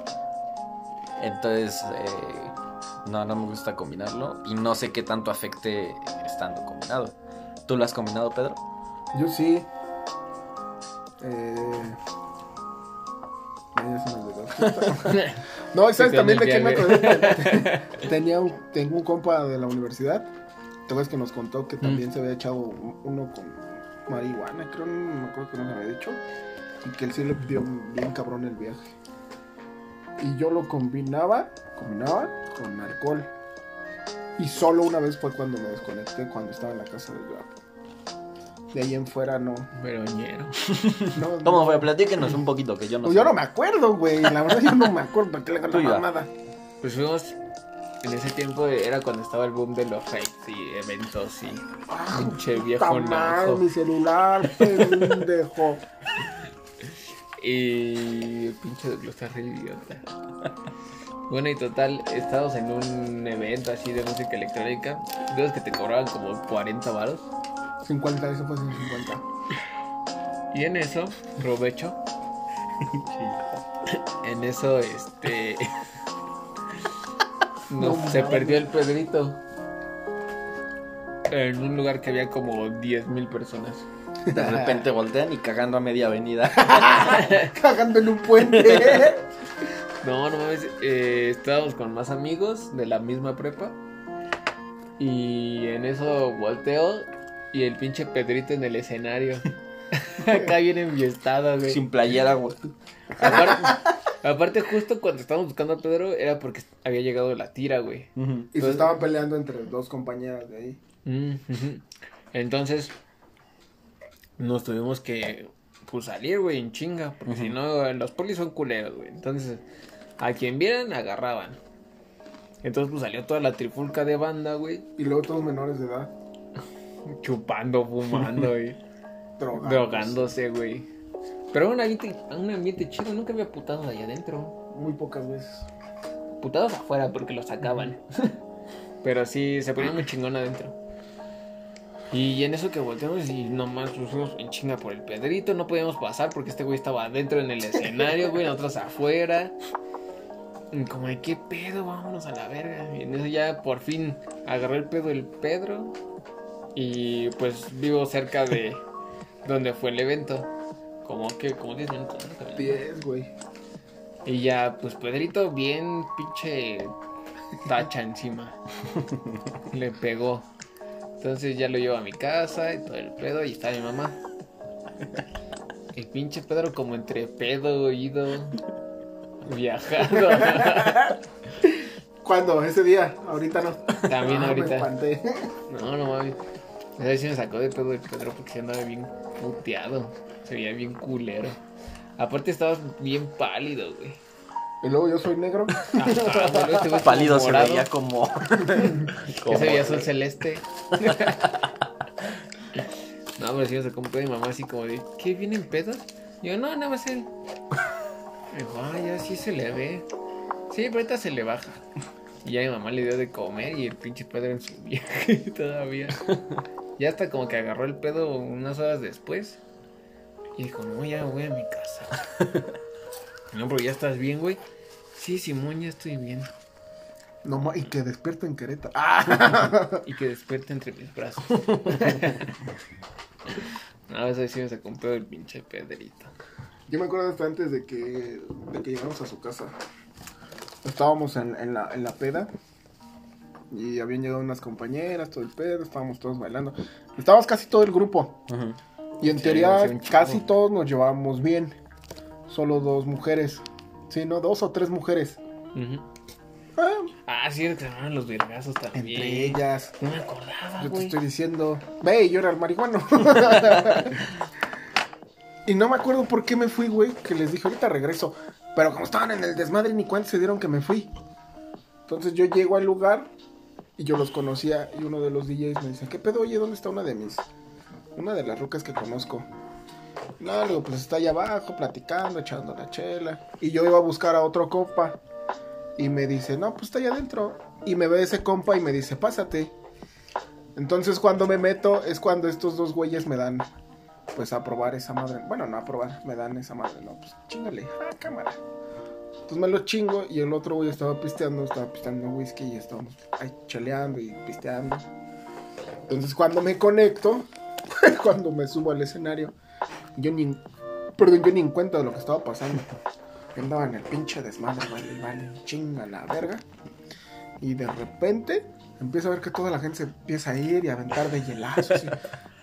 Speaker 2: Entonces, eh, no, no me gusta combinarlo y no sé qué tanto afecte estando combinado. ¿Tú lo has combinado, Pedro?
Speaker 3: Yo sí. Eh... ay, ya se me olvidó.
Speaker 2: *laughs*
Speaker 3: No, ¿y ¿sabes
Speaker 1: Se te
Speaker 3: también de quién
Speaker 1: anda
Speaker 3: me
Speaker 1: el
Speaker 3: acordé? *laughs* Tenía un, tengo un compa de la universidad. Te ves que nos contó que también se había echado un- uno con marihuana, creo, no me acuerdo que nos había dicho. Y que él sí le dio bien cabrón el viaje. Y yo lo combinaba, combinaba con alcohol. Y solo una vez fue cuando me desconecté, cuando estaba en la casa del gato. De ahí en fuera no.
Speaker 1: Veroñero.
Speaker 3: no
Speaker 2: ¿Cómo fue? Platíquenos un poquito, que yo no
Speaker 3: Pues
Speaker 2: sé.
Speaker 3: yo no me acuerdo, güey. La verdad yo no me acuerdo. ¿Para qué le hago la
Speaker 2: Tú iba.
Speaker 3: mamada?
Speaker 1: Pues fuimos. En ese tiempo era cuando estaba el boom de los hypes y eventos y. Pinche viejo
Speaker 3: Tamar,
Speaker 1: naco.
Speaker 3: Ah, mi celular, *laughs* pendejo.
Speaker 1: Y pinche re idiota. *laughs* Bueno, y total, estábamos en un evento así de música electrónica. De esos que te cobraban como 40 varos.
Speaker 3: 50, eso fue 50.
Speaker 1: Y en eso, provecho. *laughs* en eso, este. *laughs* nos-
Speaker 3: No
Speaker 1: se
Speaker 3: mames.
Speaker 1: perdió el Pedrito. En un lugar que había como 10.000 personas.
Speaker 2: De repente voltean y cagando a media avenida. *laughs*
Speaker 3: *laughs* Cagando en un puente.
Speaker 1: No, no mames, eh, estábamos con más amigos de la misma prepa. Y en eso volteo y el pinche Pedrito en el escenario. Acá viene enfiestada, güey.
Speaker 2: sin playera, güey.
Speaker 1: Aparte, aparte, justo cuando estábamos buscando a Pedro era porque había llegado la tira, güey.
Speaker 2: Ujú.
Speaker 3: Y se estaban peleando entre dos compañeras de ahí.
Speaker 1: Mm, ujú. Entonces, nos tuvimos que pues, salir, güey, en chinga. Porque si no, los polis son culeros, güey. Entonces, a quien vieran, agarraban. Entonces, pues salió toda la trifulca de banda, güey.
Speaker 3: Y luego todos menores de edad.
Speaker 1: Chupando, fumando, güey.
Speaker 3: Drogados.
Speaker 1: drogándose, güey. Pero era un ambiente, un ambiente chido. Nunca había putados ahí adentro.
Speaker 3: Muy pocas veces.
Speaker 1: Putados afuera porque los sacaban. *laughs* Pero sí, se ponía muy chingón adentro. Y en eso que volteamos y nomás nos fuimos en chinga por el Pedrito, no podíamos pasar porque este güey estaba adentro en el escenario, güey, nosotros afuera. Y como de qué pedo, vámonos a la verga. Y en eso ya por fin agarró el pedo el Pedro. Y pues vivo cerca de donde fue el evento. Como que, como 10 minutos. ¿no? Caminando.
Speaker 3: 10, güey.
Speaker 1: Y ya, pues Pedrito, bien pinche tacha
Speaker 2: *laughs*
Speaker 1: encima. Le pegó. Entonces ya lo llevo a mi casa y todo el pedo y está mi mamá. El pinche Pedro como entre pedo, oído,
Speaker 2: *laughs*
Speaker 1: viajado.
Speaker 3: ¿Cuándo? Ese día. Ahorita no.
Speaker 1: También
Speaker 3: Ah, Me
Speaker 1: ahorita.
Speaker 3: espanté.
Speaker 1: No, no mames. Esa vez sí me sacó de pedo el Pedro porque se andaba bien puteado. Se veía bien culero. Aparte estabas bien pálido, güey.
Speaker 3: Y luego yo soy negro.
Speaker 1: Ajá, güey, este güey
Speaker 2: Ah, Pálido
Speaker 1: como
Speaker 2: se
Speaker 1: morado.
Speaker 2: veía como.
Speaker 1: Que
Speaker 2: como-
Speaker 1: se veía sol celeste. *laughs* no, pero sí, se compró mi mamá así como de, ¿qué vienen pedos? Y yo, no, nada más él. Me dijo, ah, ya sí se le ve. Sí, pero ahorita se le baja. Y ya mi mamá le dio de comer y el pinche Pedro en su *laughs* viaje todavía. Ya hasta como que agarró el pedo unas horas después. Y dijo, no, ya voy a mi casa. *laughs* No, pero ya estás bien, güey. Sí, Simón, ya estoy bien.
Speaker 3: No, ma- y que despierto en Querétaro. Ah.
Speaker 1: y que despierte entre mis brazos. *laughs* A veces sí me sacó un pedo el pinche Pedrito.
Speaker 3: *laughs* Yo me acuerdo hasta antes de que, de que llegamos a su casa. Estábamos en, en la, en la peda. Y habían llegado unas compañeras, todo el pedo, estábamos todos bailando. Estábamos casi todo el grupo.
Speaker 2: Ujú.
Speaker 3: Y en
Speaker 1: Sí, sí,
Speaker 3: teoría
Speaker 1: un chingo.
Speaker 3: casi todos nos llevábamos bien. Solo dos mujeres. Sí, no, dos o tres mujeres. Ah,
Speaker 1: Ah, sí, es que se armaron los vergazos
Speaker 3: entre
Speaker 1: también.
Speaker 3: ellas.
Speaker 1: No me acordaba,
Speaker 3: Yo te
Speaker 1: güey.
Speaker 3: estoy diciendo, ve, yo era el marihuano. *laughs* y no me acuerdo por qué me fui, güey, que les dije, ahorita regreso. Pero como estaban en el desmadre, ni cuánto se dieron que me fui. Entonces yo llego al lugar y yo los conocía y uno de los DJs me dice, ¿qué pedo? Oye, ¿dónde está una de mis... Una de las rucas que conozco? No, le digo, pues está allá abajo platicando, echando la chela. Y yo iba a buscar a otro compa. Y me dice, no, pues está allá adentro. Y me ve ese compa y me dice, pásate. Entonces cuando me meto es cuando estos dos güeyes me dan, pues a probar esa madre. Bueno, no a probar, me dan esa madre. No, pues chingale, ah, cámara. Entonces me lo chingo y el otro güey estaba pisteando, estaba pisteando whisky y estábamos ahí cheleando y pisteando. Entonces cuando me conecto, *laughs* cuando me subo al escenario, yo ni, perdón, yo ni en cuenta de lo que estaba pasando. Yo andaba en el pinche desmadre, vale, vale, chinga la verga. Y de repente empiezo a ver que toda la gente se empieza a ir y a aventar de hielazos. y,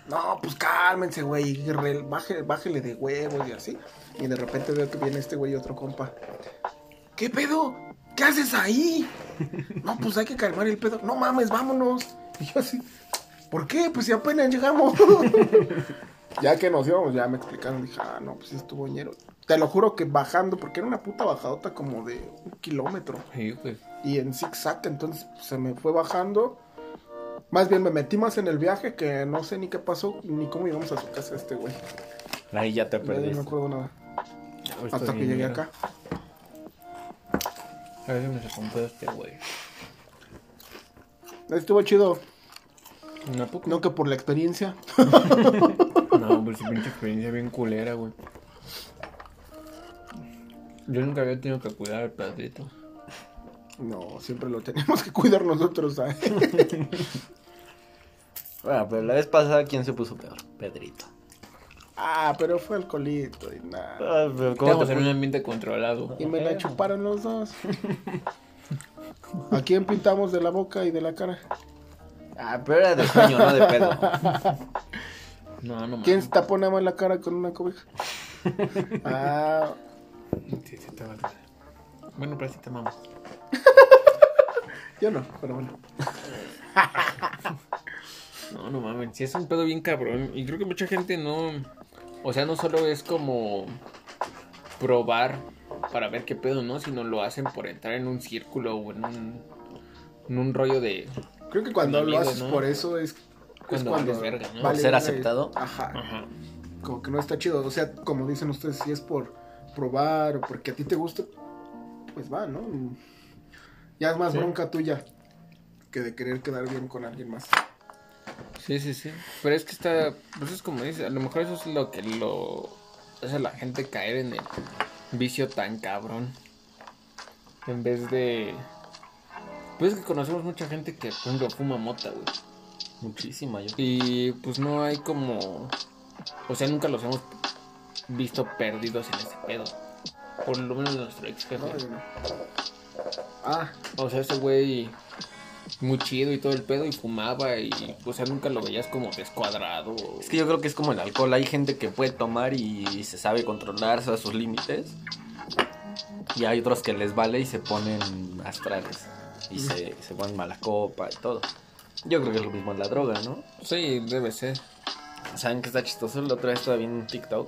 Speaker 3: no, pues cálmense, güey, y re- baje- bájele de huevos y así. Y de repente veo que viene este güey y otro compa. ¿Qué pedo? ¿Qué haces ahí? No, pues hay que calmar el pedo. No mames, vámonos. Y yo así, ¿por qué? Pues si apenas llegamos. *laughs* ya que nos íbamos, ya me explicaron. Dije, ah, no, pues sí estuvo ñero. Te lo juro que bajando, porque era una puta bajadota como de un kilómetro
Speaker 1: Sí, pues, güey.
Speaker 3: y en zigzag, entonces pues, se me fue bajando. Más bien me metí más en el viaje que no sé ni qué pasó ni cómo llegamos a su casa este güey.
Speaker 2: Ahí ya te
Speaker 3: Ya No me
Speaker 2: perdiste.
Speaker 3: acuerdo nada.
Speaker 1: Ahorita
Speaker 3: Hasta que
Speaker 1: bien, mira.
Speaker 3: llegué acá.
Speaker 1: A ver si me sacó un pedo este güey.
Speaker 3: Estuvo chido,
Speaker 1: ¿No, poco?
Speaker 3: no que por la experiencia.
Speaker 1: No, pues su pinche experiencia bien culera, güey. Yo nunca había tenido que cuidar al perrito.
Speaker 3: No, siempre lo tenemos que cuidar nosotros, ¿eh? ¿sabes?
Speaker 2: Bueno, pero la vez pasada, ¿quién se puso peor? Pedrito.
Speaker 3: Ah, pero fue alcoholito y nada.
Speaker 2: Ah, pero ¿cómo
Speaker 1: Estamos
Speaker 2: te
Speaker 1: en un
Speaker 2: puso?
Speaker 1: ambiente controlado.
Speaker 3: Y me la chuparon los dos. ¿A quién pintamos de la boca y de la cara?
Speaker 2: Ah, pero era de sueño, no de *laughs* pedo.
Speaker 1: No, no
Speaker 3: ¿Quién
Speaker 1: mames.
Speaker 3: se tapó nada más la cara con una cobija? Ah,
Speaker 1: Sí, sí, te vale. Bueno, pero sí te amamos.
Speaker 3: yo no, pero bueno.
Speaker 1: No, no mames, sí es un pedo bien cabrón. Y creo que mucha gente no. O sea, no solo es como probar para ver qué pedo, ¿no? Sino lo hacen por entrar en un círculo o en un, en un rollo de.
Speaker 3: Creo que cuando
Speaker 1: Con
Speaker 3: lo
Speaker 1: amigos,
Speaker 3: haces
Speaker 1: ¿no?
Speaker 3: por eso es es
Speaker 1: Cuando vales verga, ¿no?
Speaker 2: Por ser
Speaker 3: verga y-
Speaker 2: aceptado.
Speaker 3: Ajá,
Speaker 1: Ajá.
Speaker 3: como que no está chido. O sea, como dicen ustedes, si es por probar o porque a ti te gusta, pues va, ¿no? Ya es más
Speaker 1: Sí.
Speaker 3: bronca tuya que de querer quedar bien con alguien más.
Speaker 1: Sí, sí, sí. Pero es que está. Pues es como dice, a lo mejor eso es lo que lo. Hace a la gente caer en el vicio tan cabrón. En vez de. Pues es que conocemos mucha gente que, por ejemplo, fuma mota, güey.
Speaker 2: Muchísima, yo.
Speaker 1: Y pues no hay como. O sea, nunca los hemos visto perdidos en ese pedo. Por lo menos nuestro ex jefe.
Speaker 3: ¿no? Y- Ah,
Speaker 1: O sea, ese güey muy chido y todo el pedo y fumaba y, o sea, nunca lo veías como descuadrado.
Speaker 2: Es que yo creo que es como el alcohol. Hay gente que puede tomar y se sabe controlar a sus límites. Y hay otros que les vale y se ponen astrales. Y se, se ponen mala copa y todo. Yo creo que es lo mismo en la droga, ¿no?
Speaker 1: Sí, debe ser.
Speaker 2: ¿Saben qué está chistoso? La otra vez estaba viendo un TikTok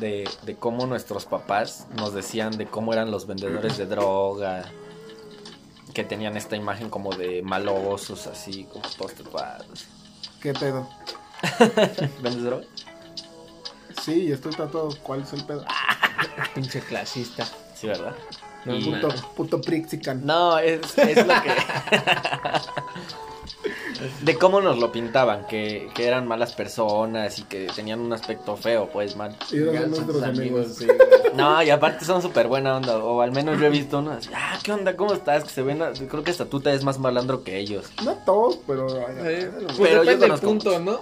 Speaker 2: de, de cómo nuestros papás nos decían de cómo eran los vendedores de droga. Que tenían esta imagen como de malosos, así, como todos tatuados.
Speaker 3: qué pedo.
Speaker 2: ¿Vendes droga?
Speaker 3: Sí, estoy tratado. ¿Cuál es el pedo? Ah,
Speaker 1: Pinche clasista.
Speaker 2: Sí, ¿verdad?
Speaker 1: No,
Speaker 2: Y-
Speaker 1: puta.
Speaker 3: puto, puto Prixican.
Speaker 2: No, es, es lo que. *laughs* de cómo nos lo pintaban, que, que eran malas personas y que tenían un aspecto feo, pues mal.
Speaker 3: Y esos son
Speaker 1: Gansos,
Speaker 3: nuestros amigos.
Speaker 1: sí, güey.
Speaker 2: No, y aparte son súper buena onda, o al menos yo he visto unos así, ah, ¿qué onda? ¿Cómo estás? Que se ven, a- creo que hasta tú te ves más malandro que ellos.
Speaker 3: No todos, pero. ay,
Speaker 1: *laughs*
Speaker 3: ay,
Speaker 1: Eh,
Speaker 3: ay,
Speaker 1: pues
Speaker 2: Pero
Speaker 1: depende
Speaker 2: yo
Speaker 1: del
Speaker 2: conozco
Speaker 1: punto, ¿no?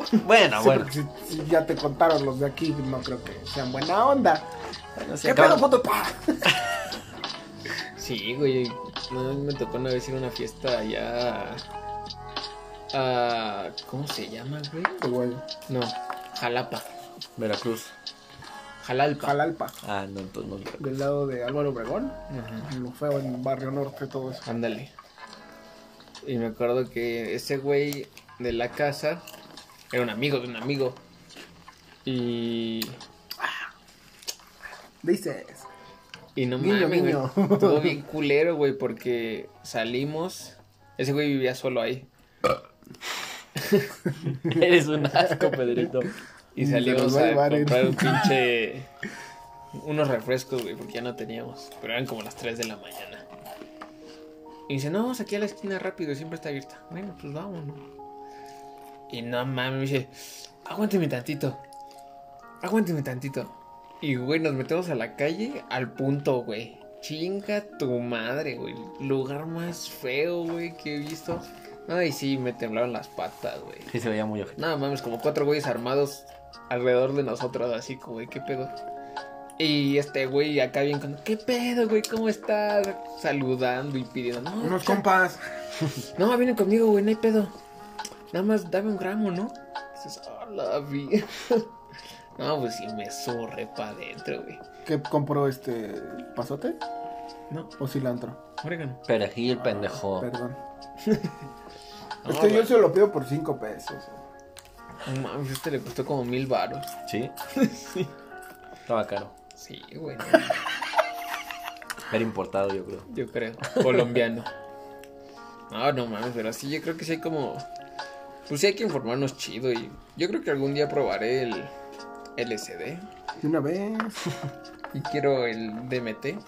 Speaker 3: sí,
Speaker 2: Bueno, Ah, bueno.
Speaker 3: porque si- si ya te contaron los de aquí, no creo que sean buena onda.
Speaker 2: bueno, sí,
Speaker 3: ¿Qué
Speaker 2: acaban-
Speaker 3: pedo, puto? Pa.
Speaker 1: *laughs* Sí, güey. No, me tocó una vez ir a una fiesta allá. A. ¿Cómo se llama, güey?
Speaker 3: Este güey,
Speaker 1: No, Jalapa.
Speaker 2: Veracruz.
Speaker 1: Jalalpa.
Speaker 3: Jalalpa,
Speaker 2: Ah, no, entonces no.
Speaker 3: del lado de Álvaro Obregón.
Speaker 1: Ajá.
Speaker 3: Lo feo en Barrio Norte, todo eso.
Speaker 1: Ándale. Y me acuerdo que ese güey de la casa era un amigo de un amigo. Y.
Speaker 3: Dices,
Speaker 1: Y no
Speaker 3: Guiño,
Speaker 1: mames, güey,
Speaker 3: guiño.
Speaker 1: Estuvo
Speaker 3: *laughs*
Speaker 1: bien culero, güey, porque salimos. Ese güey vivía solo ahí.
Speaker 2: *laughs* Eres un asco, Pedrito.
Speaker 1: Y
Speaker 3: Se
Speaker 1: salimos
Speaker 3: los va a
Speaker 1: a
Speaker 3: llevar, ¿eh?
Speaker 1: comprar un pinche.
Speaker 3: *laughs*
Speaker 1: Unos refrescos, güey, porque ya no teníamos. Pero eran como las 3 de la mañana. Y dice, no, vamos aquí a la esquina rápido, siempre está abierta. Bueno, pues vámonos. Y no mames, me dice, aguánteme tantito. Aguánteme tantito. Y güey, nos metemos a la calle al punto, güey. Chinga tu madre, güey. Lugar más feo, güey, que he visto. Ay, sí, me temblaron las patas, güey.
Speaker 2: Sí, se veía muy ojete.
Speaker 1: No mames, como cuatro güeyes armados alrededor de nosotros, así como, güey, qué pedo. Y este güey acá bien con, ¿qué pedo, güey? ¿Cómo estás? Saludando y pidiendo, no,
Speaker 3: Unos
Speaker 1: cha-
Speaker 3: compas.
Speaker 1: no, vienen conmigo, güey, no hay pedo. Nada más dame un gramo, ¿no? Dices, hola, vi. *laughs* no, pues sí me surre pa' adentro, güey.
Speaker 3: ¿Qué compró este pasote
Speaker 1: No,
Speaker 3: o cilantro?
Speaker 1: orégano.
Speaker 2: Perejil, pendejo.
Speaker 3: Ah, Perdón.
Speaker 1: No,
Speaker 3: es que yo
Speaker 1: güey.
Speaker 3: se lo pido por 5 pesos.
Speaker 1: No mames, este le costó como mil baros.
Speaker 2: ¿Sí? Estaba caro.
Speaker 1: Sí, güey, *laughs* no,
Speaker 2: Era importado, yo creo.
Speaker 1: yo creo. Colombiano. No, no mames, pero sí, yo creo que sí hay como. Pues sí hay que informarnos chido y yo creo que algún día probaré el LCD.
Speaker 3: De una vez.
Speaker 1: Y quiero el DMT.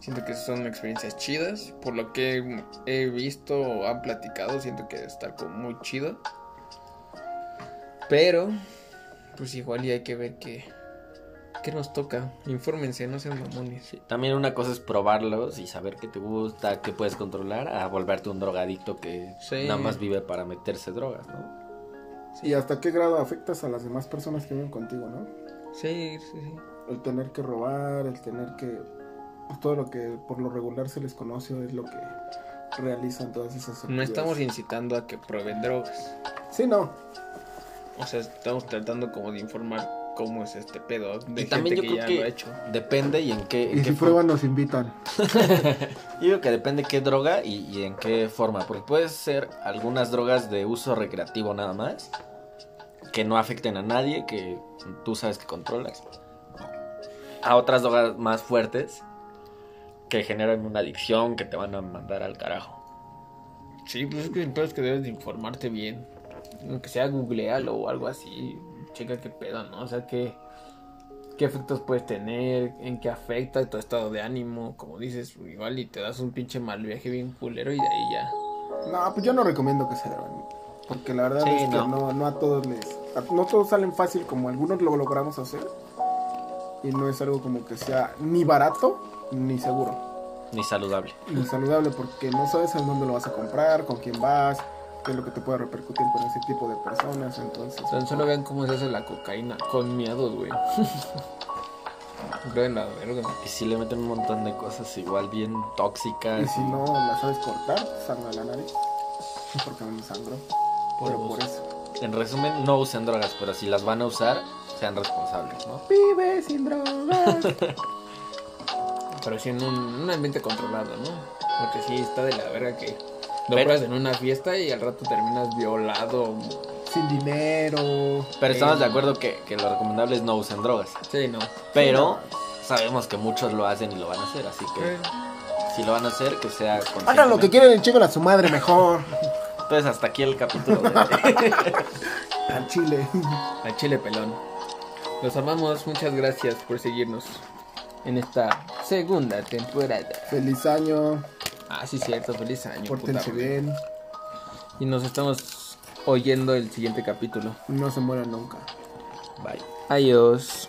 Speaker 1: Siento que son experiencias chidas. Por lo que he visto o han platicado, siento que está como muy chido. Pero, pues igual y hay que ver qué, qué nos toca. Infórmense, no sean mamones.
Speaker 2: Sí, También una cosa es probarlos y saber qué te gusta, qué puedes controlar, a volverte un drogadicto que
Speaker 1: Sí.
Speaker 2: nada más vive para meterse drogas, ¿no?
Speaker 3: ¿Y hasta qué grado afectas a las demás personas que viven contigo, no?
Speaker 1: Sí, sí, sí.
Speaker 3: El tener que robar, el tener que. pues, todo lo que por lo regular se les conoce es lo que realizan todas esas
Speaker 1: No
Speaker 3: actividades.
Speaker 1: estamos incitando a que prueben drogas.
Speaker 3: Sí, no.
Speaker 1: O sea, estamos tratando como de informar cómo es este pedo. De
Speaker 2: Y
Speaker 1: gente
Speaker 2: también yo
Speaker 1: que
Speaker 2: creo
Speaker 1: ya
Speaker 2: que-
Speaker 1: lo ha hecho.
Speaker 2: Depende y en qué... en
Speaker 3: Y
Speaker 2: qué
Speaker 3: si
Speaker 2: forma.
Speaker 3: prueban, nos invitan.
Speaker 2: Yo digo que depende qué droga y, y en qué forma, porque puede ser algunas drogas de uso recreativo nada más, que no afecten a nadie, que tú sabes que controlas, a otras drogas más fuertes, que generan una adicción, que te van a mandar al carajo.
Speaker 1: Sí, pues es que entonces que debes de informarte bien. Aunque sea googlealo o algo así. Checa qué pedo, ¿no? O sea, qué, qué efectos puedes tener, en qué afecta tu estado de ánimo. Como dices, igual y te das un pinche mal viaje bien culero y de ahí ya.
Speaker 3: No, pues yo no recomiendo que se drogan. Porque la verdad
Speaker 2: Sí,
Speaker 3: es que
Speaker 2: no.
Speaker 3: no. No, a todos les. a- no todos salen fácil como algunos lo logramos hacer. Y no es algo como que sea ni barato ni seguro.
Speaker 2: Ni saludable.
Speaker 3: Ni saludable porque no sabes en dónde lo vas a comprar, con quién vas, qué es lo que te puede repercutir con ese tipo de personas. Entonces,
Speaker 1: Tan solo vean cómo se hace la cocaína con miados, güey. *laughs* Creo en la verga.
Speaker 2: Y si le meten un montón de cosas igual bien
Speaker 3: y
Speaker 2: tóxicas.
Speaker 3: si no la sabes cortar, sangra la nariz. Porque me sangró.
Speaker 2: Por
Speaker 3: Pero
Speaker 2: vos.
Speaker 3: por eso.
Speaker 2: En resumen, no usen drogas, pero si las van a usar, sean responsables, ¿no?
Speaker 3: Vive sin drogas. *laughs*
Speaker 1: Pero sí en un, un ambiente controlado, ¿no? Porque sí, está de la verga que lo
Speaker 2: Pero-
Speaker 1: pruebas en una fiesta y al rato terminas violado.
Speaker 3: sin dinero.
Speaker 2: Pero estamos
Speaker 1: Eh,
Speaker 2: de acuerdo que, que lo recomendable es no usen drogas.
Speaker 1: Sí, no.
Speaker 2: Pero sabemos que muchos lo hacen y lo van a hacer, así que si lo van a hacer, que sea conscientemente.
Speaker 3: Hagan lo que quieren y chingan a su madre mejor.
Speaker 2: Entonces, hasta aquí el capítulo.
Speaker 3: *laughs*
Speaker 2: de-
Speaker 3: Al chile. *laughs*
Speaker 1: a Chile Pelón. Los amamos, muchas gracias por seguirnos en esta segunda temporada.
Speaker 3: Feliz año.
Speaker 1: Ah, sí, cierto, feliz año.
Speaker 3: Pórtense
Speaker 1: puta madre.
Speaker 3: bien.
Speaker 1: Y nos estamos oyendo el siguiente capítulo.
Speaker 3: No se mueran nunca.
Speaker 2: Bye.
Speaker 1: Adiós.